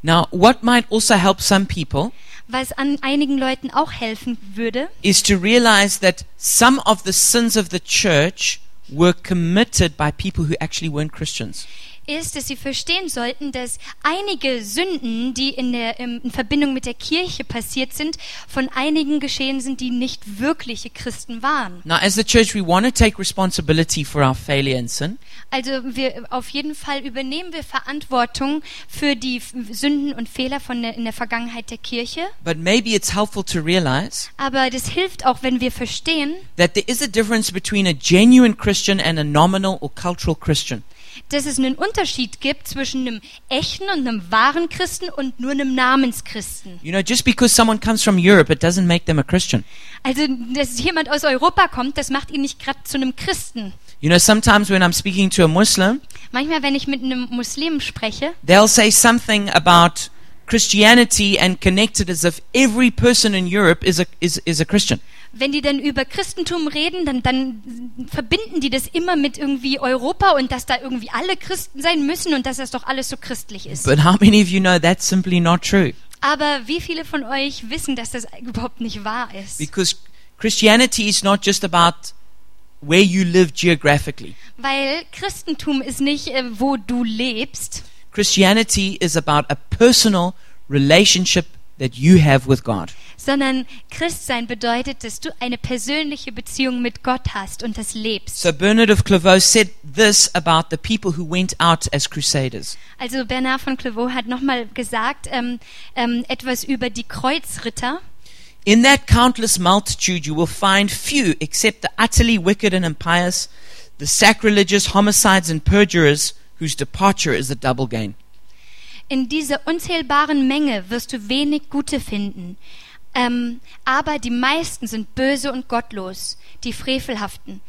A: Now, what might also help some people
B: Was an einigen Leuten auch helfen würde,
A: is to realize that some of the sins of the church were committed by people who actually weren't Christians.
B: ist, dass sie verstehen sollten, dass einige Sünden, die in, der, im- in Verbindung mit der Kirche passiert sind, von einigen geschehen sind, die nicht wirkliche Christen waren.
A: Now, as the church, we want to take responsibility for our failure and sin,
B: Also wir auf jeden Fall übernehmen wir Verantwortung für die F- Sünden und Fehler von der, in der Vergangenheit der Kirche.
A: but maybe it's helpful to realize
B: Aber das hilft auch, wenn wir verstehen,
A: that there is a difference between a genuine Christian and a nominal or cultural Christian.
B: dass es einen Unterschied gibt zwischen einem echten und einem wahren Christen und nur einem Namenschristen.
A: You know, just because someone comes from Europe, it doesn't make them a Christian.
B: Also, dass jemand aus Europa kommt, das macht ihn nicht gerade zu einem Christen.
A: You know, sometimes when I'm speaking to a Muslim,
B: Manchmal, wenn ich mit einem Muslim spreche,
A: they'll say something about Christianity and connect it as if every person in Europe is a, is, is a Christian.
B: wenn die dann über Christentum reden, dann, dann verbinden die das immer mit irgendwie Europa und dass da irgendwie alle Christen sein müssen und dass das doch alles so christlich ist.
A: But how many of you know that's simply not true?
B: Aber wie viele von euch wissen, dass das überhaupt nicht wahr ist?
A: Because Christianity is not just about where you live geographically.
B: Weil Christentum ist nicht, äh, wo du lebst,
A: Christianity is about a personal relationship that you have with God.
B: sondern Christsein bedeutet, dass du eine persönliche Beziehung mit Gott hast und das lebst.
A: So Bernard of Clairvaux said this about the people who went out as crusaders.
B: Also Bernard von Clairvaux hat nochmal gesagt ähm, ähm, etwas über die Kreuzritter.
A: In that countless multitude you will find few except the utterly wicked and impious, the sacrilegious homicides and perjurers whose departure is a double gain.
B: In dieser unzählbaren Menge wirst du wenig Gute finden. Ähm, aber die meisten sind böse und gottlos, die Frevelhaften,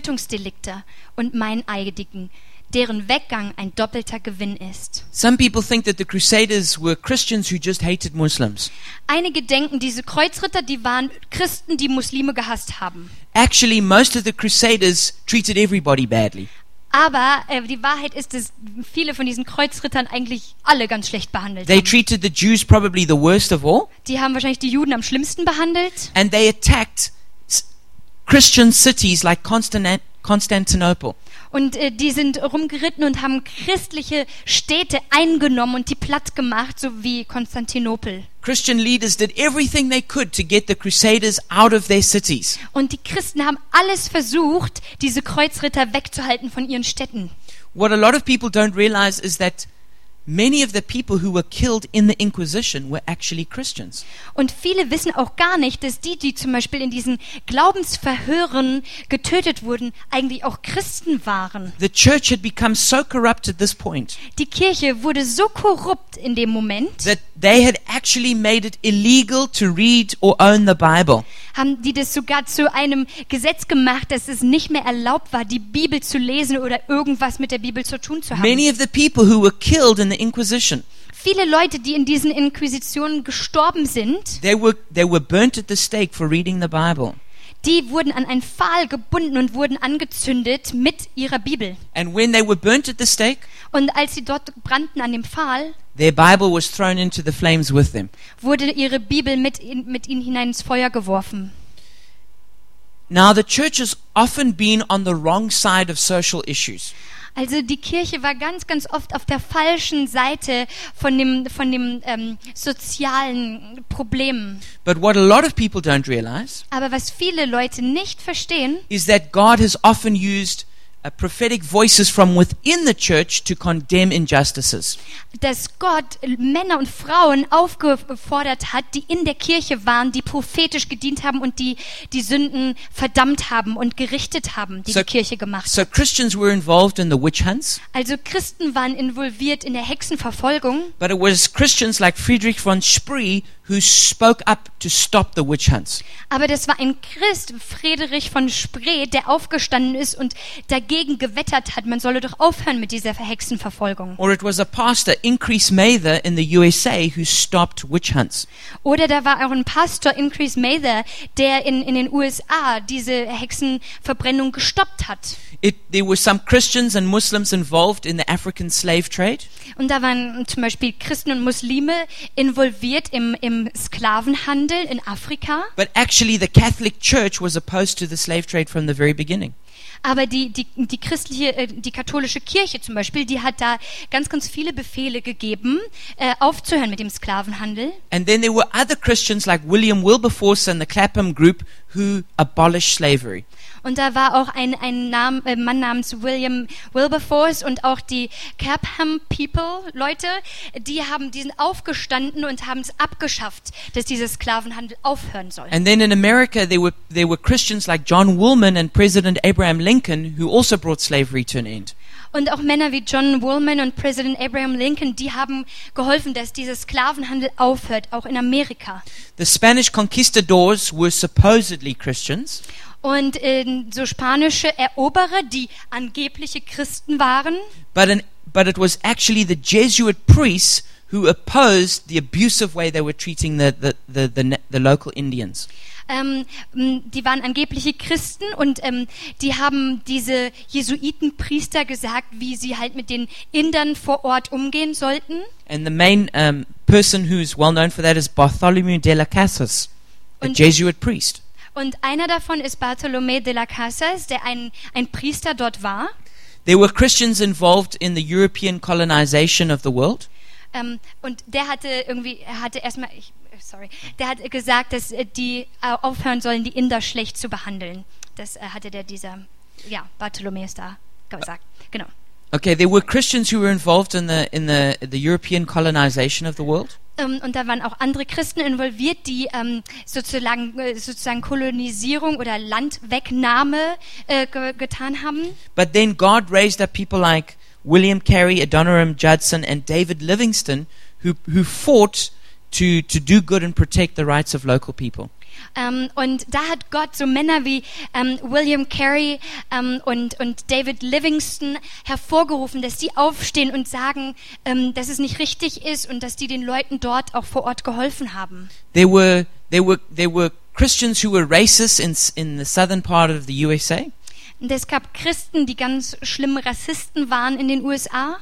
B: Tötungsdelikter und Meineidigen, deren Weggang ein doppelter Gewinn ist.
A: Some people think that the crusaders were Christians who just hated Muslims.
B: Einige denken, diese Kreuzritter, die waren Christen, die Muslime gehasst haben.
A: Actually, most of the Crusaders treated everybody badly.
B: Aber äh, die Wahrheit ist, dass viele von diesen Kreuzrittern eigentlich alle ganz schlecht behandelt
A: They
B: haben.
A: treated the Jews probably the worst of all,
B: Die haben wahrscheinlich die Juden am schlimmsten behandelt.
A: and they attacked s- Christian cities like Constant- Constantinople.
B: Und äh, die sind rumgeritten und haben christliche Städte eingenommen und die platt gemacht, so wie Konstantinopel.
A: Christian leaders did everything they could to get the Crusaders out of their cities.
B: Und die Christen haben alles versucht, diese Kreuzritter wegzuhalten von ihren Städten.
A: What a lot of people don't realize is that many of the people who were killed in the Inquisition were actually Christians.
B: Und viele wissen auch gar nicht, dass die, die zum Beispiel in diesen Glaubensverhören getötet wurden, eigentlich auch Christen waren.
A: The church had become so corrupt at this point
B: Die Kirche wurde so korrupt in dem Moment,
A: that they had actually made it illegal to read or own the Bible.
B: haben die das sogar zu einem Gesetz gemacht, dass es nicht mehr erlaubt war, die Bibel zu lesen oder irgendwas mit der Bibel zu tun zu haben.
A: Many of the people who were killed in the Inquisition,
B: Viele Leute, die in diesen Inquisitionen gestorben sind,
A: they were, they were burnt at the stake for reading the Bible.
B: Die wurden an einen Pfahl gebunden und wurden angezündet mit ihrer Bibel.
A: And when they were burnt at the stake,
B: Und als sie dort brannten an dem Pfahl,
A: their Bible was thrown into the flames with them.
B: wurde ihre Bibel mit, in, mit ihnen hinein ins Feuer geworfen.
A: Now, the church has often been on the wrong side of social issues.
B: Also die Kirche war ganz, ganz oft auf der falschen Seite von dem, von dem ähm, sozialen Problem.
A: But what a lot of people don't realize
B: Aber was viele Leute nicht verstehen,
A: is that God has often used uh, prophetic voices from within the church to condemn injustices.
B: dass Gott Männer und Frauen aufgefordert hat, die in der Kirche waren, die prophetisch gedient haben und die die Sünden verdammt haben und gerichtet haben, die
A: So-
B: die Kirche gemacht.
A: So Christians were involved in the witch hunts,
B: Also Christen waren involviert in der Hexenverfolgung,
A: but it was Christians like Friedrich von Spree who spoke up to stop the witch hunts.
B: aber das war ein Christ, Friedrich von Spree, der aufgestanden ist und dagegen gewettert hat, man solle doch aufhören mit dieser Hexenverfolgung.
A: Or it was a pastor, Increase Mather, in the USA who stopped witch hunts.
B: Oder da war auch ein Pastor, Increase Mather, der in, in den USA diese Hexenverbrennung gestoppt hat.
A: It, there were some Christians and Muslims involved in the African slave trade,
B: Und da waren zum Beispiel Christen und Muslime involviert im, im Sklavenhandel in Afrika.
A: but actually the Catholic Church was opposed to the slave trade from the very beginning.
B: Aber die, die, die christliche, äh, die katholische Kirche zum Beispiel, die hat da ganz, ganz viele Befehle gegeben, äh, aufzuhören mit dem Sklavenhandel.
A: And then there were other Christians like William Wilberforce and the Clapham Group who abolished slavery.
B: Und da war auch ein, ein Nam, äh, Mann namens William Wilberforce und auch die Clapham People Leute, die haben diesen aufgestanden und haben es abgeschafft, dass dieser Sklavenhandel aufhören soll.
A: And then in America, there were, there were Christians like John Woolman and President Abraham Lincoln who also brought slavery to an end.
B: Und auch Männer wie John Woolman und Präsident Abraham Lincoln, die haben geholfen, dass dieser Sklavenhandel aufhört, auch in Amerika.
A: The Spanish conquistadors were supposedly Christians,
B: Und äh, so spanische Eroberer, die angebliche Christen waren,
A: but, an, but it was actually the Jesuit priests who opposed the abusive way they were treating the, the, the, the, na- the local Indians.
B: ähm, m, die waren angebliche Christen und ähm, die haben diese Jesuitenpriester gesagt, wie sie halt mit den Indern vor Ort umgehen sollten.
A: And the main um, person who's well known for that is Bartholomew de las Casas, a
B: Und-
A: Jesuit priest.
B: Und einer davon ist Bartolomé de las Casas, der ein, ein Priester dort war.
A: There were Christians involved in the European colonization of the world.
B: Ähm, und der hatte irgendwie, er hatte erstmal, ich, äh, sorry, der hat gesagt, dass äh, die äh, aufhören sollen, die Inder schlecht zu behandeln. Das äh, hatte der dieser, ja, Bartholomäus da gesagt. Genau.
A: Okay, there were Christians who were involved in the in the the European colonization of the world.
B: Ähm, und da waren auch andere Christen involviert, die ähm, sozusagen, äh, sozusagen Kolonisierung oder Landwegnahme äh, ge getan haben.
A: But then God raised up people like William Carey, Adoniram Judson, and David Livingston, who who fought to to do good and protect the rights of local people.
B: Ähm, und da hat Gott so Männer wie ähm, William Carey ähm, und, und David Livingston hervorgerufen, dass die aufstehen und sagen, ähm, dass es nicht richtig ist und dass die den Leuten dort auch vor Ort geholfen haben.
A: There were there were there were Christians who were racist in s- in the southern part of the USA,
B: Und es gab Christen, die ganz schlimme Rassisten waren in den USA.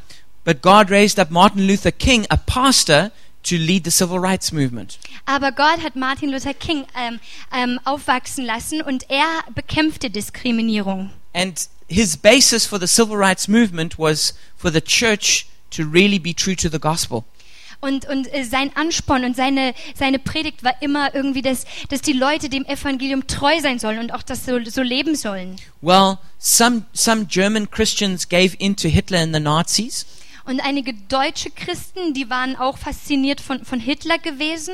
A: but God raised up Martin Luther King, a pastor, to lead the civil rights movement.
B: Aber Gott hat Martin Luther King ähm, ähm, aufwachsen lassen und er bekämpfte Diskriminierung.
A: And his basis for the civil rights movement was for the church to really be true to the gospel.
B: Und, und äh, sein Ansporn und seine, seine Predigt war immer irgendwie, dass, dass die Leute dem Evangelium treu sein sollen und auch das so, so leben sollen.
A: Well, some, some German Christians gave in to Hitler and the Nazis,
B: Und einige deutsche Christen, die waren auch fasziniert von, von Hitler gewesen.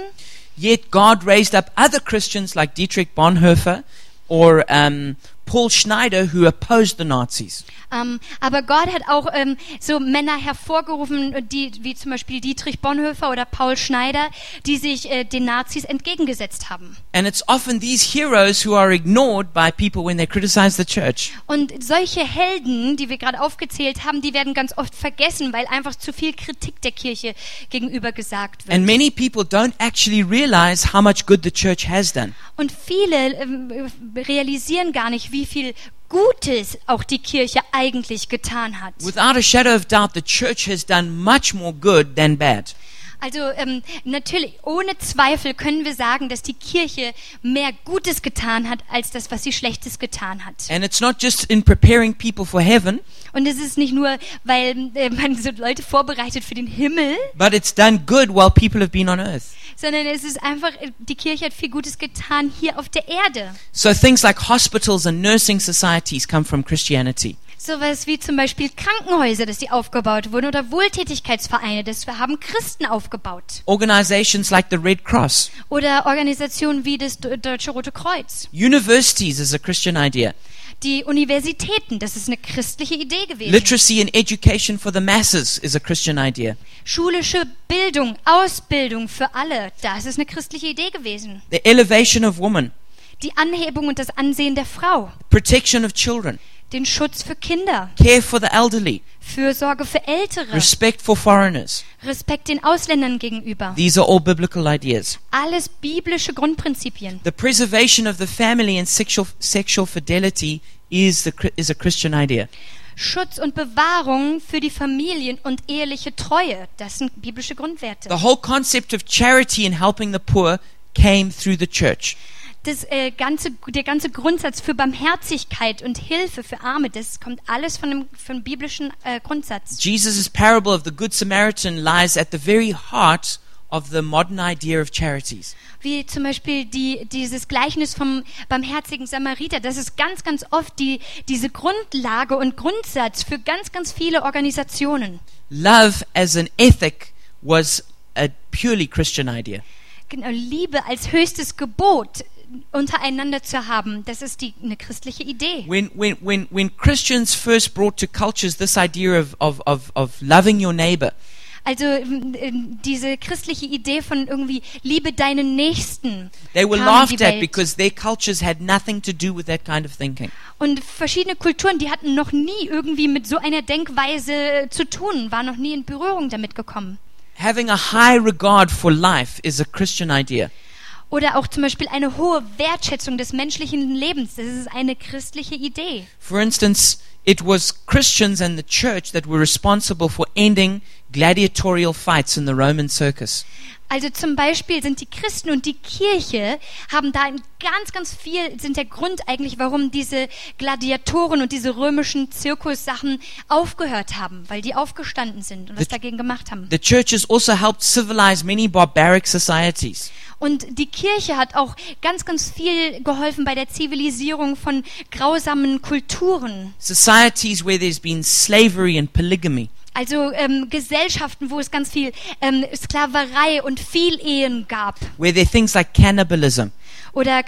A: yet God raised up other Christians like Dietrich Bonhoeffer or um, Paul Schneider who opposed the Nazis.
B: Ähm, aber Gott hat auch ähm, so Männer hervorgerufen, die, wie zum Beispiel Dietrich Bonhoeffer oder Paul Schneider, die sich äh, den Nazis entgegengesetzt haben.
A: And it's often these heroes who are ignored by people when they criticize the church.
B: Und solche Helden, die wir gerade aufgezählt haben, die werden ganz oft vergessen, weil einfach zu viel Kritik der Kirche gegenüber gesagt wird.
A: And many people don't actually realize how much good the church has done.
B: Und viele ähm, realisieren gar nicht, wie viel Gutes auch die Kirche eigentlich getan hat.
A: Without a shadow of doubt, the church has done much more good than bad.
B: Also ähm, natürlich, ohne Zweifel können wir sagen, dass die Kirche mehr Gutes getan hat, als das, was sie Schlechtes getan hat.
A: And it's not just in preparing people for heaven,
B: Und es ist nicht nur, weil äh, man so Leute vorbereitet für den Himmel,
A: but it's done good while people have been on earth.
B: sondern es ist einfach, äh, die Kirche hat viel Gutes getan hier auf der Erde.
A: So things like hospitals and nursing societies come from Christianity.
B: Sowas wie zum Beispiel Krankenhäuser, dass die aufgebaut wurden, oder Wohltätigkeitsvereine, das haben Christen aufgebaut.
A: Organizations like the Red Cross.
B: Oder Organisationen wie das Do- Deutsche Rote Kreuz.
A: Universities is a Christian idea.
B: Die Universitäten, das ist eine christliche Idee gewesen.
A: Literacy and education for the masses is a Christian idea.
B: Schulische Bildung, Ausbildung für alle, das ist eine christliche Idee gewesen.
A: The elevation of woman.
B: Die Anhebung und das Ansehen der Frau,
A: Protection of children.
B: den Schutz für Kinder,
A: Care for the elderly.
B: Fürsorge für Ältere,
A: Respect for foreigners.
B: Respekt den Ausländern gegenüber.
A: These are all biblical ideas.
B: Alles biblische Grundprinzipien.
A: The preservation of the family and sexual, sexual fidelity is, the, is a Christian idea.
B: Schutz und Bewahrung für die Familien und eheliche Treue, das sind biblische
A: The
B: Grundwerte.
A: whole concept of charity and helping the poor came through the church.
B: Das, äh, ganze, der ganze Grundsatz für Barmherzigkeit und Hilfe für Arme, das kommt alles von dem, von biblischen äh, Grundsatz.
A: Jesus' parable of the Good Samaritan lies at the very heart of the modern idea of charities.
B: Wie zum Beispiel die, dieses Gleichnis vom barmherzigen Samariter. Das ist ganz, ganz oft die, diese Grundlage und Grundsatz für ganz, ganz viele Organisationen.
A: Love as an ethic was a purely Christian idea.
B: Genau, Liebe als höchstes Gebot untereinander zu haben, das ist die, eine christliche Idee.
A: When, when, when, when Christians first brought to cultures this idea of, of, of, of loving your neighbor,
B: Also ähm, ähm, diese christliche Idee von irgendwie Liebe deinen Nächsten.
A: they were
B: kam in die
A: laughed at
B: Welt.
A: because their cultures had nothing to do with that kind of thinking.
B: Und verschiedene Kulturen, die hatten noch nie irgendwie mit so einer Denkweise zu tun, waren noch nie in Berührung damit gekommen.
A: Having a high regard for life is a Christian idea.
B: Oder auch zum Beispiel eine hohe Wertschätzung des menschlichen Lebens. Das ist eine christliche Idee.
A: For instance, it was Christians and the church that were responsible for ending gladiatorial fights in the Roman circus.
B: Also zum Beispiel sind die Christen und die Kirche haben da ein ganz, ganz viel, sind der Grund eigentlich, warum diese Gladiatoren und diese römischen Zirkussachen aufgehört haben, weil die aufgestanden sind und was dagegen gemacht haben.
A: The church has also helped civilize many barbaric societies.
B: Und die Kirche hat auch ganz, ganz viel geholfen bei der Zivilisierung von grausamen Kulturen.
A: Societies where there's been slavery and polygamy.
B: Also ähm, Gesellschaften, wo es ganz viel ähm, Sklaverei und Vielehen gab.
A: Where there are things like cannibalism.
B: Oder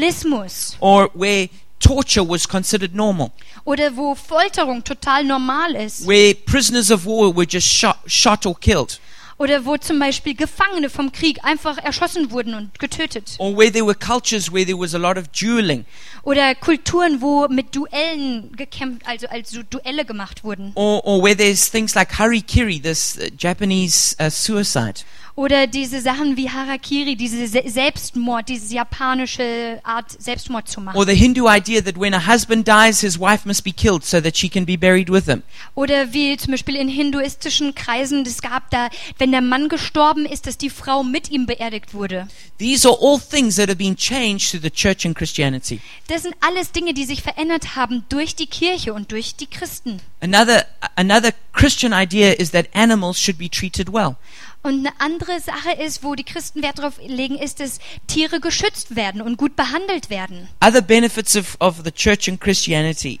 B: Kannibalismus.
A: Or where torture was considered normal.
B: Oder wo Folterung total normal ist.
A: Where prisoners of war were just shot, shot or killed.
B: Oder wo zum Beispiel Gefangene vom Krieg einfach erschossen wurden und getötet.
A: Or where there were cultures where there was a lot of dueling.
B: Oder Kulturen, wo mit Duellen gekämpft, also als so Duelle gemacht wurden.
A: Or, or where there's things like harikiri, this uh, Japanese uh, suicide.
B: Oder diese Sachen wie Harakiri, diese Se Selbstmord, diese japanische Art Selbstmord zu machen.
A: Or the Hindu idea that when a husband dies, his wife must be killed so that she can be buried with him.
B: Oder wie zum Beispiel in hinduistischen Kreisen, es gab da, wenn der Mann gestorben ist, dass die Frau mit ihm beerdigt wurde.
A: These are all things that have been changed through the church and Christianity.
B: Das sind alles Dinge, die sich verändert haben durch die Kirche und durch die Christen.
A: Another, another Christian idea is that animals should be treated well.
B: Und eine andere Sache ist, wo die Christen Wert darauf legen, ist, dass Tiere geschützt werden und gut behandelt werden.
A: Other benefits of, of the church and Christianity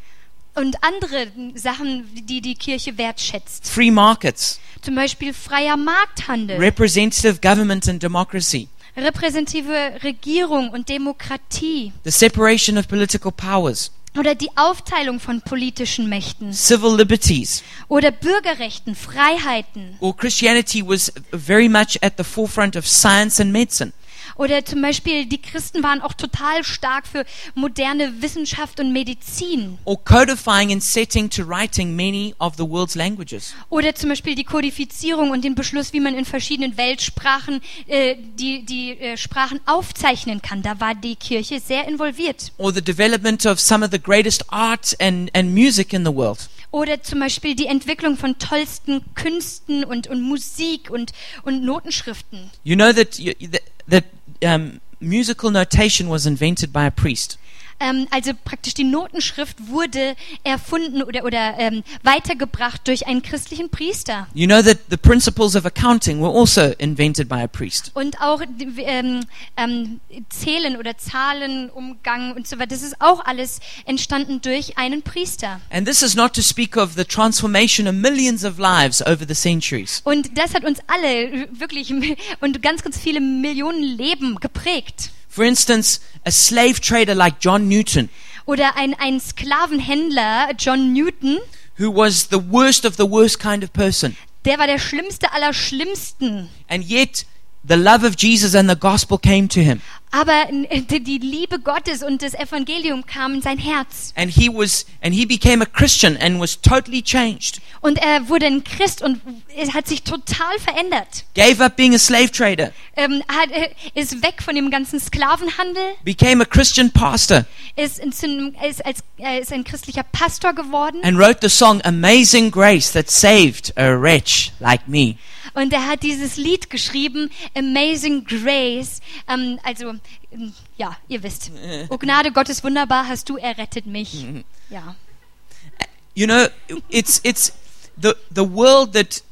B: Und andere Sachen, die die Kirche wertschätzt.
A: free markets,
B: Zum Beispiel freier Markthandel.
A: representative government and democracy,
B: repräsentative Regierung und Demokratie,
A: the separation of political powers,
B: oder die Aufteilung von politischen Mächten
A: civil liberties.
B: oder Bürgerrechten, Freiheiten
A: Or Christianity was very much at the forefront of science and medicine.
B: oder zum Beispiel die Christen waren auch total stark für moderne Wissenschaft und Medizin
A: Or codifying and setting to writing many of the world's languages.
B: oder zum Beispiel die Kodifizierung und den Beschluss, wie man in verschiedenen Weltsprachen äh, die, die äh, Sprachen aufzeichnen kann. Da war die Kirche sehr involviert.
A: Or the development of some of the greatest art and, and music in the world.
B: Oder zum Beispiel die Entwicklung von tollsten Künsten und, und Musik und, und Notenschriften.
A: You know that, you, that, that um, musical notation was invented by a priest.
B: Ähm, also praktisch die Notenschrift wurde erfunden oder, oder ähm, weitergebracht durch einen christlichen Priester.
A: You know that the principles of accounting were also invented by a priest.
B: Und auch die, ähm, ähm, Zählen oder Zahlenumgang und so weiter, das ist auch alles entstanden durch einen Priester.
A: And this is not to speak of the transformation of millions of lives over the centuries.
B: Und das hat uns alle wirklich und ganz, ganz viele Millionen Leben geprägt.
A: For instance, a slave trader like John Newton,
B: Oder ein, ein Sklavenhändler, John Newton,
A: who was the worst of the worst kind of person,
B: der war der schlimmste aller Schlimmsten.
A: and yet the love of Jesus and the gospel came to him,
B: Aber äh, die die Liebe Gottes und das Evangelium kamen in sein Herz.
A: and he was and he became a Christian and was totally changed.
B: Und er wurde ein Christ und er hat sich total verändert.
A: Gave up being a slave trader,
B: Ähm, hat, äh, ist weg von dem ganzen Sklavenhandel,
A: became a Christian pastor,
B: ist, in, zu einem- ist, als, äh, ist ein christlicher Pastor geworden.
A: and wrote the song "Amazing Grace" that saved a wretch like me.
B: Und er hat dieses Lied geschrieben, Amazing Grace. Ähm, also, ähm, ja, ihr wisst. O Gnade Gottes wunderbar hast du errettet mich. Ja.
A: You know, it's it's the the world that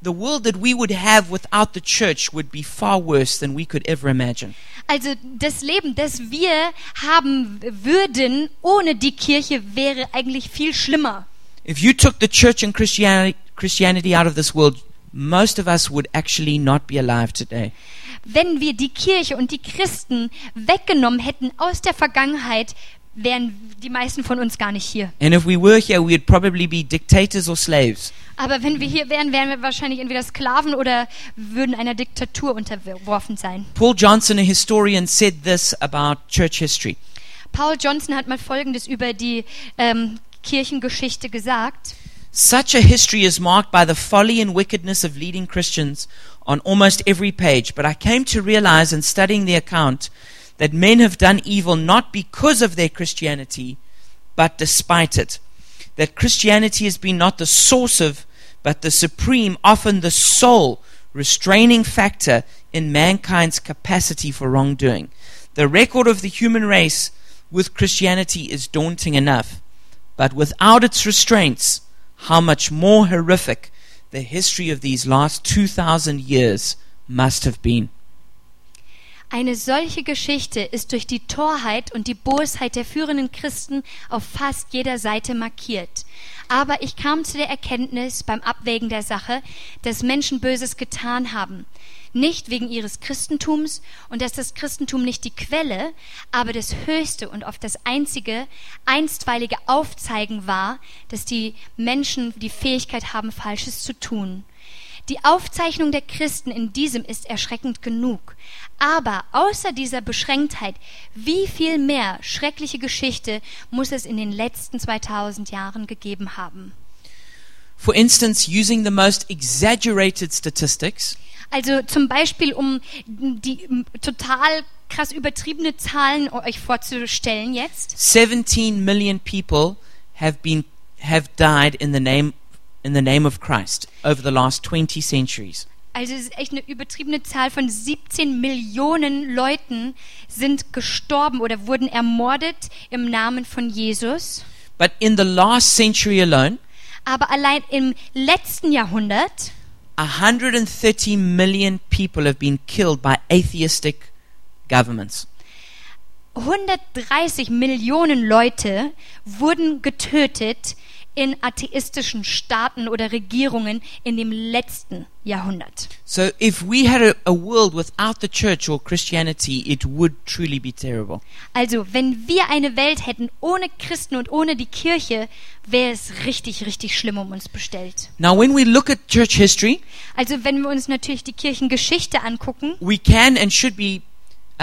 A: the world that we would have without the church would be far worse than we could ever imagine.
B: Also das Leben, das wir haben würden ohne die Kirche, wäre eigentlich viel schlimmer.
A: If you took the church and Christianity, Christianity out of this world, most of us would actually not be alive today.
B: Wenn wir die Kirche und die Christen weggenommen hätten aus der Vergangenheit, wären die meisten von uns gar nicht hier.
A: And if we were here, we'd probably be dictators or slaves.
B: Aber wenn wir hier wären, wären wir wahrscheinlich entweder Sklaven oder würden einer Diktatur unterworfen sein.
A: Paul Johnson, a historian, said this about church history.
B: Paul Johnson hat mal Folgendes über die ähm, Kirchengeschichte gesagt.
A: Such a history is marked by the folly and wickedness of leading Christians on almost every page, but I came to realize in studying the account that men have done evil not because of their Christianity, but despite it. That Christianity has been not the source of, but the supreme, often the sole, restraining factor in mankind's capacity for wrongdoing. The record of the human race with Christianity is daunting enough, but without its restraints, how much more horrific the history of these last 2,000 years must have been.
B: Eine solche Geschichte ist durch die Torheit und die Bosheit der führenden Christen auf fast jeder Seite markiert. Aber ich kam zu der Erkenntnis beim Abwägen der Sache, dass Menschen Böses getan haben. Nicht wegen ihres Christentums und dass das Christentum nicht die Quelle, aber das höchste und oft das einzige, einstweilige Aufzeigen war, dass die Menschen die Fähigkeit haben, Falsches zu tun. Die Aufzeichnung der Christen in diesem ist erschreckend genug. Aber außer dieser Beschränktheit, wie viel mehr schreckliche Geschichte muss es in den letzten 2000 Jahren gegeben haben?
A: For instance, using the most exaggerated statistics,
B: Also zum Beispiel, um die m, total krass übertriebene Zahlen euch vorzustellen jetzt.
A: 17 million people have been have died in the name in the name of Christ over the last 20 centuries.
B: Also es ist echt eine übertriebene Zahl von 17 Millionen Leuten sind gestorben oder wurden ermordet im Namen von Jesus.
A: But in the last century alone,
B: Aber allein im letzten Jahrhundert
A: 130 million people have been killed by atheistic governments.
B: 130 Millionen Leute wurden getötet in atheistischen Staaten oder Regierungen in dem letzten Jahrhundert.
A: So if we had a, a world without the church or Christianity, it would truly be terrible.
B: Also, wenn wir eine Welt hätten ohne Christen und ohne die Kirche, wäre es richtig, richtig schlimm um uns bestellt.
A: Now, when we look at church history,
B: Also, wenn wir uns natürlich die Kirchengeschichte angucken,
A: we can and should be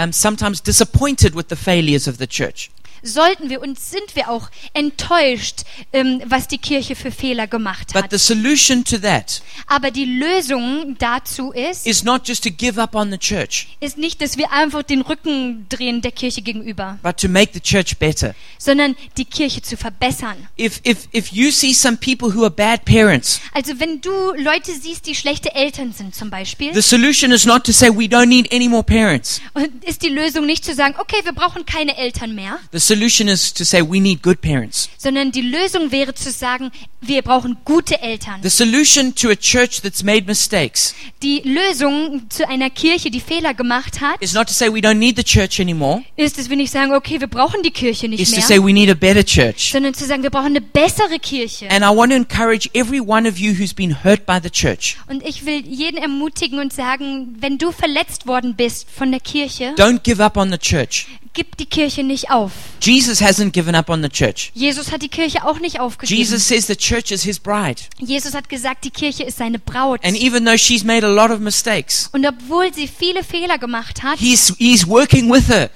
A: um, sometimes disappointed with the failures of the church.
B: sollten wir und sind wir auch enttäuscht, ähm, was die Kirche für Fehler gemacht
A: But
B: hat.
A: the solution to that
B: Aber die Lösung dazu ist,
A: is not just to give up on the church,
B: ist nicht, dass wir einfach den Rücken drehen der Kirche gegenüber,
A: but to make the church better.
B: sondern die Kirche zu verbessern.
A: If, if, if you see some people who are bad parents,
B: Also wenn du Leute siehst, die schlechte Eltern sind zum Beispiel,
A: the solution is not to say we don't need any more parents.
B: und ist die Lösung nicht zu sagen, okay, wir brauchen keine Eltern mehr,
A: The solution is to say we need good parents.
B: sondern die Lösung wäre zu sagen, wir brauchen gute Eltern.
A: The solution to a church that's made mistakes
B: Die Lösung zu einer Kirche, die Fehler gemacht hat,
A: is not to say we don't need the church anymore,
B: ist, dass wir nicht sagen, okay, wir brauchen die Kirche
A: is
B: nicht
A: to say
B: mehr,
A: we need a better church.
B: sondern zu sagen, wir brauchen eine bessere Kirche.
A: And I want to encourage every one of you who's been hurt by the church.
B: Und ich will jeden ermutigen und sagen, wenn du verletzt worden bist von der Kirche,
A: Don't give up on the church.
B: gib die Kirche nicht auf.
A: Jesus hasn't given up on the church.
B: Jesus hat die Kirche auch nicht aufgegeben.
A: Jesus says the church is his bride.
B: Jesus hat gesagt, die Kirche ist seine Braut.
A: And even though she's made a lot of mistakes,
B: Und obwohl sie viele Fehler gemacht hat,
A: he's, he's working with her.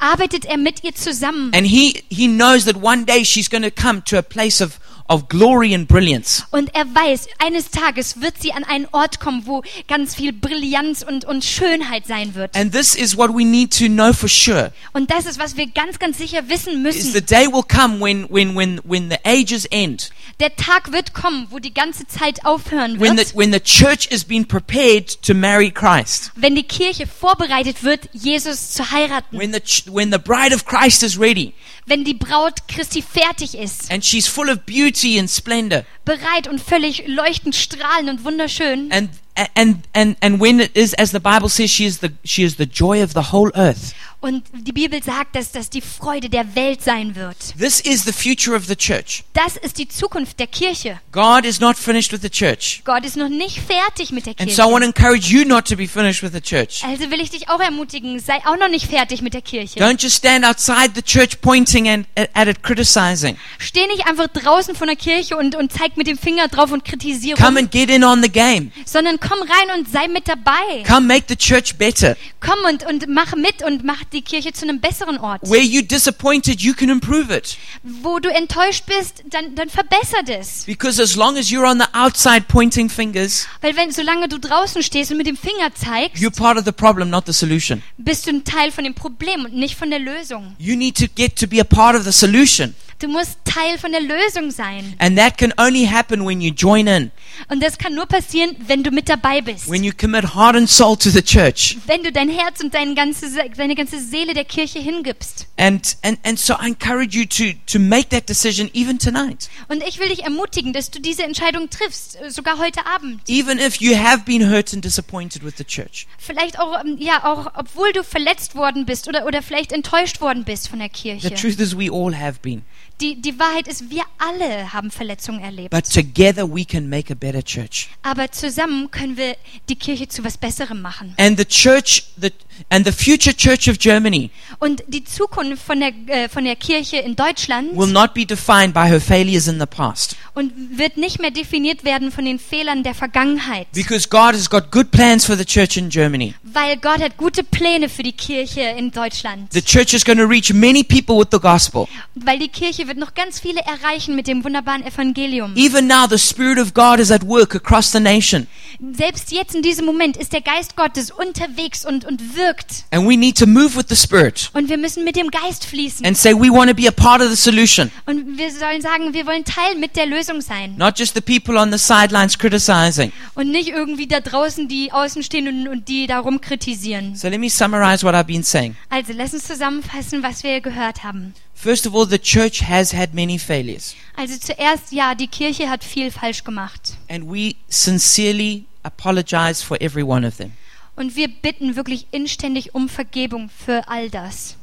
B: arbeitet er mit ihr zusammen.
A: And he, he knows that one day she's going to come to a place of, of glory and brilliance.
B: Und er weiß, eines Tages wird sie an einen Ort kommen, wo ganz viel Brillanz und, und Schönheit sein wird.
A: And this is what we need to know for sure.
B: Und das ist, was wir ganz, ganz sicher wissen
A: Is the
B: müssen.
A: day will come when, when, when, when the ages end,
B: Der Tag wird kommen, wo die ganze Zeit aufhören
A: when the,
B: wird,
A: when the church has been prepared to marry Christ,
B: wenn die Kirche vorbereitet wird, Jesus zu heiraten.
A: when the, ch- when the bride of Christ is ready
B: Wenn die Braut Christi fertig ist,
A: and she's full of beauty and splendor.
B: bereit und völlig leuchtend, strahlend und wunderschön.
A: And, and, and, and when it is, as the Bible says, she is the, she is the joy of the whole earth.
B: Und die Bibel sagt, dass das die Freude der Welt sein wird.
A: This is the future of the church.
B: Das ist die Zukunft der Kirche.
A: God is not finished with the church.
B: Gott ist noch nicht fertig mit der
A: And so I
B: Kirche.
A: want to encourage you not to be finished with the church.
B: Also will ich dich auch ermutigen, sei auch noch nicht fertig mit der Kirche.
A: Don't just stand outside the church pointing and, at it, criticizing.
B: Steh nicht einfach draußen von der Kirche und, und zeig mit dem Finger drauf und kritisiere,
A: Come and get in on the game.
B: sondern komm rein und sei mit dabei.
A: Come make the church better.
B: Komm und, und mach mit und mach die Kirche zu einem besseren Ort.
A: Where you disappointed, you can improve it.
B: Wo du enttäuscht bist, dann, dann verbessert es.
A: Because as long as you're on the outside pointing fingers,
B: Weil wenn, solange du draußen stehst und mit dem Finger zeigst,
A: you're part of the problem, not the solution.
B: bist du ein Teil von dem Problem und nicht von der Lösung.
A: You need to get to be a part of the solution.
B: Du musst Teil von der Lösung sein.
A: And that can only happen when you join in,
B: Und das kann nur passieren, wenn du mit dabei bist.
A: when you commit heart and soul to the church.
B: wenn du dein Herz und deine ganze, Se- deine ganze Seele der Kirche hingibst.
A: And, and, and so I encourage you to, to make that decision even tonight.
B: Und ich will dich ermutigen, dass du diese Entscheidung triffst, äh, sogar heute Abend.
A: Even if you have been hurt and disappointed with the church,
B: Vielleicht auch, ähm, ja, auch obwohl du verletzt worden bist oder, oder vielleicht enttäuscht worden bist von der
A: the
B: Kirche.
A: truth is we all have been.
B: Die, die Wahrheit ist, wir alle haben Verletzungen erlebt.
A: But together we can make a better church.
B: Aber zusammen können wir die Kirche zu was Besserem machen.
A: And the church, the, and the future church of Germany
B: Und die Zukunft von der, äh, von der Kirche in Deutschland
A: will not be defined by her failures in the past.
B: und wird nicht mehr definiert werden von den Fehlern der Vergangenheit.
A: Because God has got good plans for the church in Germany.
B: Weil Gott hat gute Pläne für die Kirche in Deutschland.
A: The church is going to reach many people with the gospel.
B: Weil die Kirche wird noch ganz viele erreichen mit dem wunderbaren Evangelium.
A: Even now, the Spirit of God is at work across the nation.
B: Selbst jetzt in diesem Moment ist der Geist Gottes unterwegs und, und wirkt.
A: And we need to move with the Spirit
B: Und wir müssen mit dem Geist fließen.
A: and say we want to be a part of the solution.
B: Und wir sollen sagen, wir wollen Teil mit der Lösung sein.
A: Not just the people on the sidelines criticizing.
B: Und nicht irgendwie da draußen die Außenstehenden und die darum kritisieren.
A: So let me summarize what I've been saying.
B: Also, lass uns zusammenfassen, was wir gehört haben.
A: First of all, the church has had many failures,
B: Also zuerst, ja, die Kirche hat viel falsch gemacht.
A: and we sincerely apologize for every one of them.
B: Und wir bitten wirklich inständig um Vergebung für all das.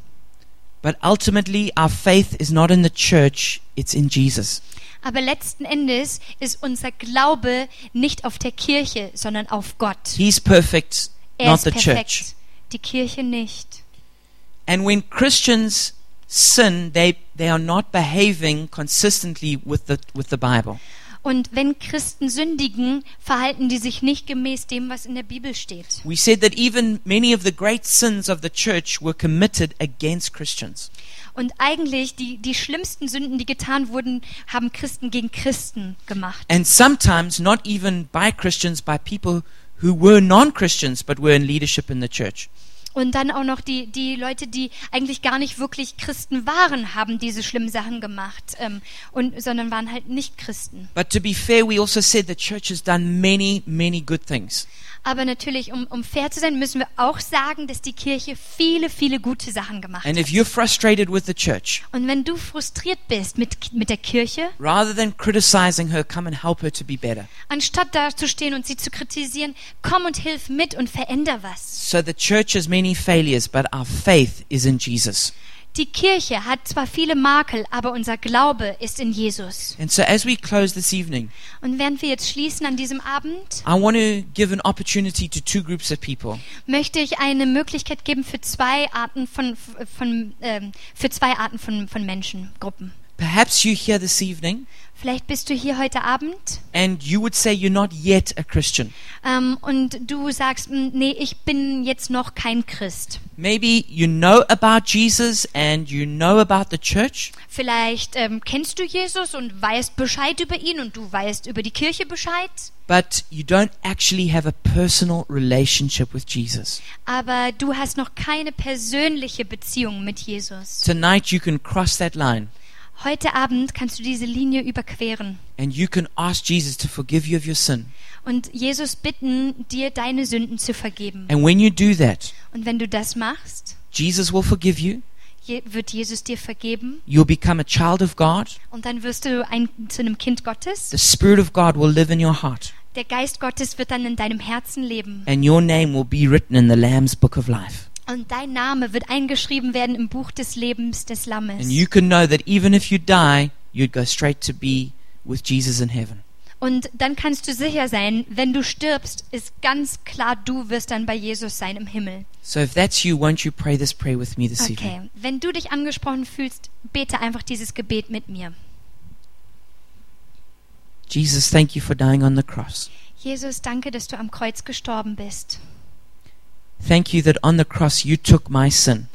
A: But ultimately, our faith is not in the church, it's in Jesus.
B: Aber letzten Endes ist unser Glaube nicht auf der Kirche, sondern auf Gott.
A: He's perfect,
B: Er
A: not
B: ist
A: the
B: perfekt,
A: church.
B: die Kirche nicht.
A: And when Christians sin, they, they are not behaving consistently with the, with the Bible.
B: Und wenn Christen sündigen, verhalten die sich nicht gemäß dem, was in der Bibel steht.
A: We said that even many of the great sins of the church were committed against Christians.
B: Und eigentlich die, die schlimmsten Sünden, die getan wurden, haben Christen gegen Christen gemacht.
A: And sometimes not even by Christians, by people who were non Christians but were in leadership in the church.
B: Und dann auch noch die, die Leute, die eigentlich gar nicht wirklich Christen waren, haben diese schlimmen Sachen gemacht, ähm, und, sondern waren halt nicht Christen.
A: But to be fair, we also said the church has done many, many good things.
B: Aber natürlich, um, um fair zu sein, müssen wir auch sagen, dass die Kirche viele, viele gute Sachen gemacht
A: And if
B: hat.
A: you're frustrated with the church,
B: Und wenn du frustriert bist mit, mit der Kirche,
A: rather than criticizing her, come and help her to be better.
B: anstatt dazustehen und sie zu kritisieren, komm und hilf mit und veränder was.
A: So the church has many failures, but our faith is in Jesus.
B: Die Kirche hat zwar viele Makel, aber unser Glaube ist in Jesus.
A: And so as we close this evening,
B: Und während wir jetzt schließen an diesem Abend,
A: I want to give an opportunity to two groups of people.
B: möchte ich eine Möglichkeit geben für zwei Arten von, von ähm, für zwei Arten von, von Menschen, Gruppen.
A: Perhaps you're here this evening
B: Vielleicht bist du hier heute Abend
A: and you would say you're not yet a Christian.
B: ähm, und du sagst, "Mm, nee, ich bin jetzt noch kein Christ.
A: Maybe you know about Jesus and you know about the church,
B: Vielleicht ähm, kennst du Jesus und weißt Bescheid über ihn und du weißt über die Kirche Bescheid,
A: but you don't actually have a personal relationship with Jesus.
B: aber du hast noch keine persönliche Beziehung mit Jesus.
A: Tonight you can cross that line
B: Heute Abend kannst du diese Linie überqueren
A: and you can ask Jesus to forgive you of your sin.
B: und Jesus bitten, dir deine Sünden zu vergeben.
A: And when you do that,
B: Und wenn du das machst,
A: Jesus will forgive you.
B: Je wird Jesus dir vergeben
A: You'll become a child of God.
B: und dann wirst du ein, zu einem Kind Gottes.
A: The Spirit of God will live in your heart,
B: Der Geist Gottes wird dann in deinem Herzen leben
A: and your name will be written in the Lamb's Book of Life.
B: und dein Name wird eingeschrieben werden im Buch des Lebens
A: And
B: des Lammes.
A: you can know that even if you die, you'd go straight to be with Jesus in heaven.
B: Und dann kannst du sicher sein, wenn du stirbst, ist ganz klar, du wirst dann bei Jesus sein im Himmel.
A: So if that's you, won't you pray this prayer with me this evening?
B: Okay, wenn du dich angesprochen fühlst, bete einfach dieses Gebet mit mir.
A: Jesus, thank you for dying on the cross.
B: Jesus, danke, dass du am Kreuz gestorben bist.
A: Thank you that on the cross you took my sin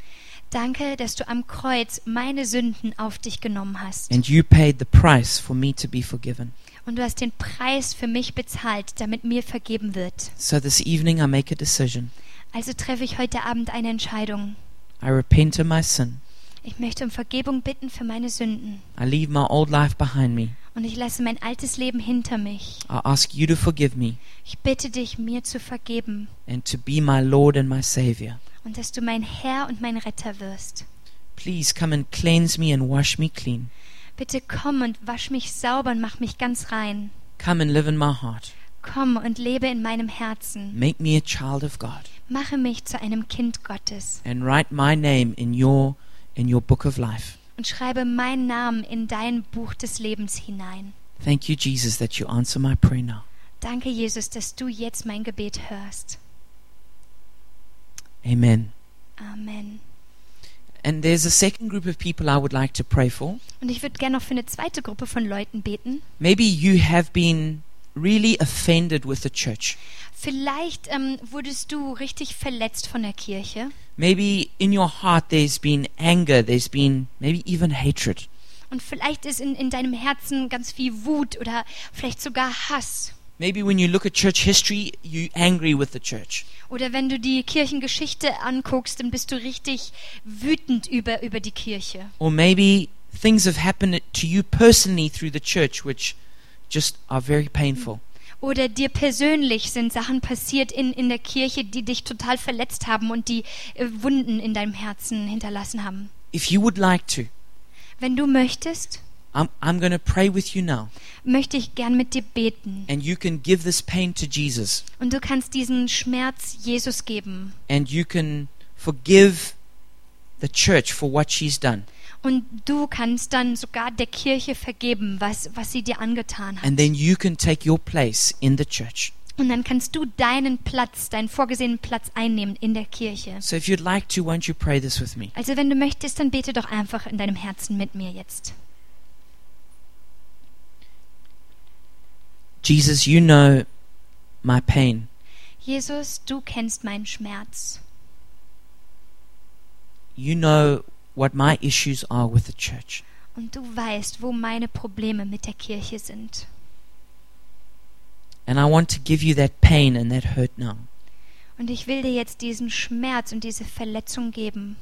B: Danke, dass du am Kreuz meine Sünden auf dich genommen hast.
A: and you paid the price for me to be forgiven.
B: Und du hast den Preis für mich bezahlt, damit mir vergeben wird.
A: So this evening I make a decision.
B: Also treffe ich heute Abend eine Entscheidung.
A: I repent of my sin.
B: Ich möchte um Vergebung bitten für meine Sünden.
A: I leave my old life behind me.
B: Und ich lasse mein altes Leben hinter mich.
A: I ask you to forgive me
B: Ich bitte dich, mir zu vergeben.
A: and to be my Lord and my Savior.
B: Und dass du mein Herr und mein Retter wirst.
A: Please come and cleanse me and wash me clean.
B: Bitte komm und wasch mich sauber und mach mich ganz rein.
A: Come and live in my heart.
B: Komm und lebe in meinem Herzen.
A: Make me a child of God
B: Mache mich zu einem Kind Gottes.
A: and write my name in your in your book of life.
B: Und schreibe meinen Namen in dein Buch des Lebens hinein.
A: Thank you Jesus that you answer my prayer now.
B: Danke, Jesus, dass du jetzt mein Gebet hörst.
A: Amen.
B: Amen.
A: And there's a second group of people I would like to pray for.
B: Und ich würde gerne noch für eine zweite Gruppe von Leuten beten.
A: Maybe you have been really offended with the church.
B: Vielleicht ähm, wurdest du richtig verletzt von der Kirche.
A: Maybe in your heart there's been anger, there's been maybe even hatred.
B: Und vielleicht ist in, in deinem Herzen ganz viel Wut oder vielleicht sogar Hass.
A: Maybe when you look at church history, you're angry with the church.
B: Oder wenn du die Kirchengeschichte anguckst, dann bist du richtig wütend über, über die Kirche.
A: Or maybe things have happened to you personally through the church which just are very painful.
B: Oder dir persönlich sind Sachen passiert in, in der Kirche, die dich total verletzt haben und die äh, Wunden in deinem Herzen hinterlassen haben.
A: If you would like to,
B: Wenn du möchtest,
A: I'm, I'm going to pray with you now.
B: möchte ich gern mit dir beten.
A: And you can give this pain to Jesus.
B: Und du kannst diesen Schmerz Jesus geben.
A: And you can forgive the church for what she's done.
B: Und du kannst dann sogar der Kirche vergeben, was, was sie dir angetan hat.
A: And then you can take your place in the church.
B: Und dann kannst du deinen Platz, deinen vorgesehenen Platz einnehmen in der Kirche.
A: So if you'd like to, won't you pray this with me?
B: Also wenn du möchtest, dann bete doch einfach in deinem Herzen mit mir jetzt.
A: Jesus, you know my pain.
B: Jesus, du kennst meinen Schmerz.
A: You know what my issues are with the church.
B: Und du weißt, wo meine Probleme mit der Kirche sind.
A: And I want to give you that pain and that hurt now.
B: Und ich will dir jetzt diesen Schmerz und diese Verletzung geben.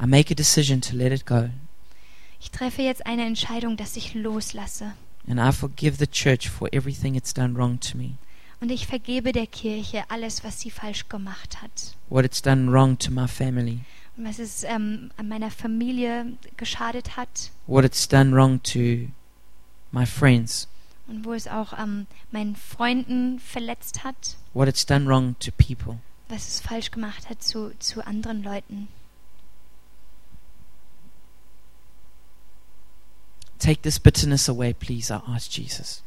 A: I make a decision to let it go.
B: Ich treffe jetzt eine Entscheidung, dass ich loslasse.
A: And I forgive the church for everything it's done wrong to me,
B: Und ich vergebe der Kirche alles, was sie falsch gemacht hat.
A: what it's done wrong to my family,
B: Und was es ähm, an meiner Familie geschadet hat.
A: what it's done wrong to my friends,
B: Und wo es auch ähm, meinen Freunden verletzt hat.
A: what it's done wrong to people.
B: Was es falsch gemacht hat zu, zu anderen Leuten.
A: Take this bitterness away, please, I ask Jesus.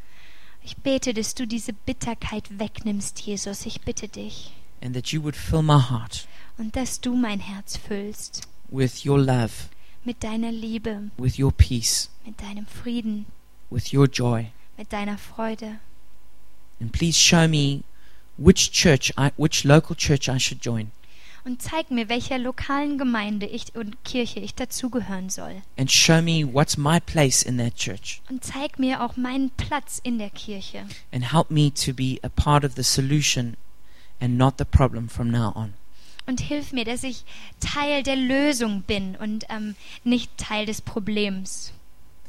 B: Ich bete, dass du diese Bitterkeit wegnimmst, Jesus. Ich bitte dich.
A: And that you would fill my heart
B: Und dass du mein Herz füllst.
A: with your love,
B: Mit deiner Liebe,
A: with your peace,
B: mit deinem Frieden,
A: with your joy.
B: mit deiner Freude.
A: And please show me which church, I, which local church I should join.
B: Und zeig mir, welcher lokalen Gemeinde ich und Kirche ich dazugehören soll.
A: And show me what's my place in that church.
B: Und zeig mir auch meinen Platz in der Kirche.
A: and help me to be a part of the solution and not the problem from now on.
B: Und hilf mir, dass ich Teil der Lösung bin und ähm, nicht Teil des Problems.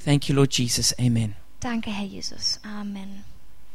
A: Thank you, Lord Jesus. Amen.
B: Danke, Herr Jesus. Amen.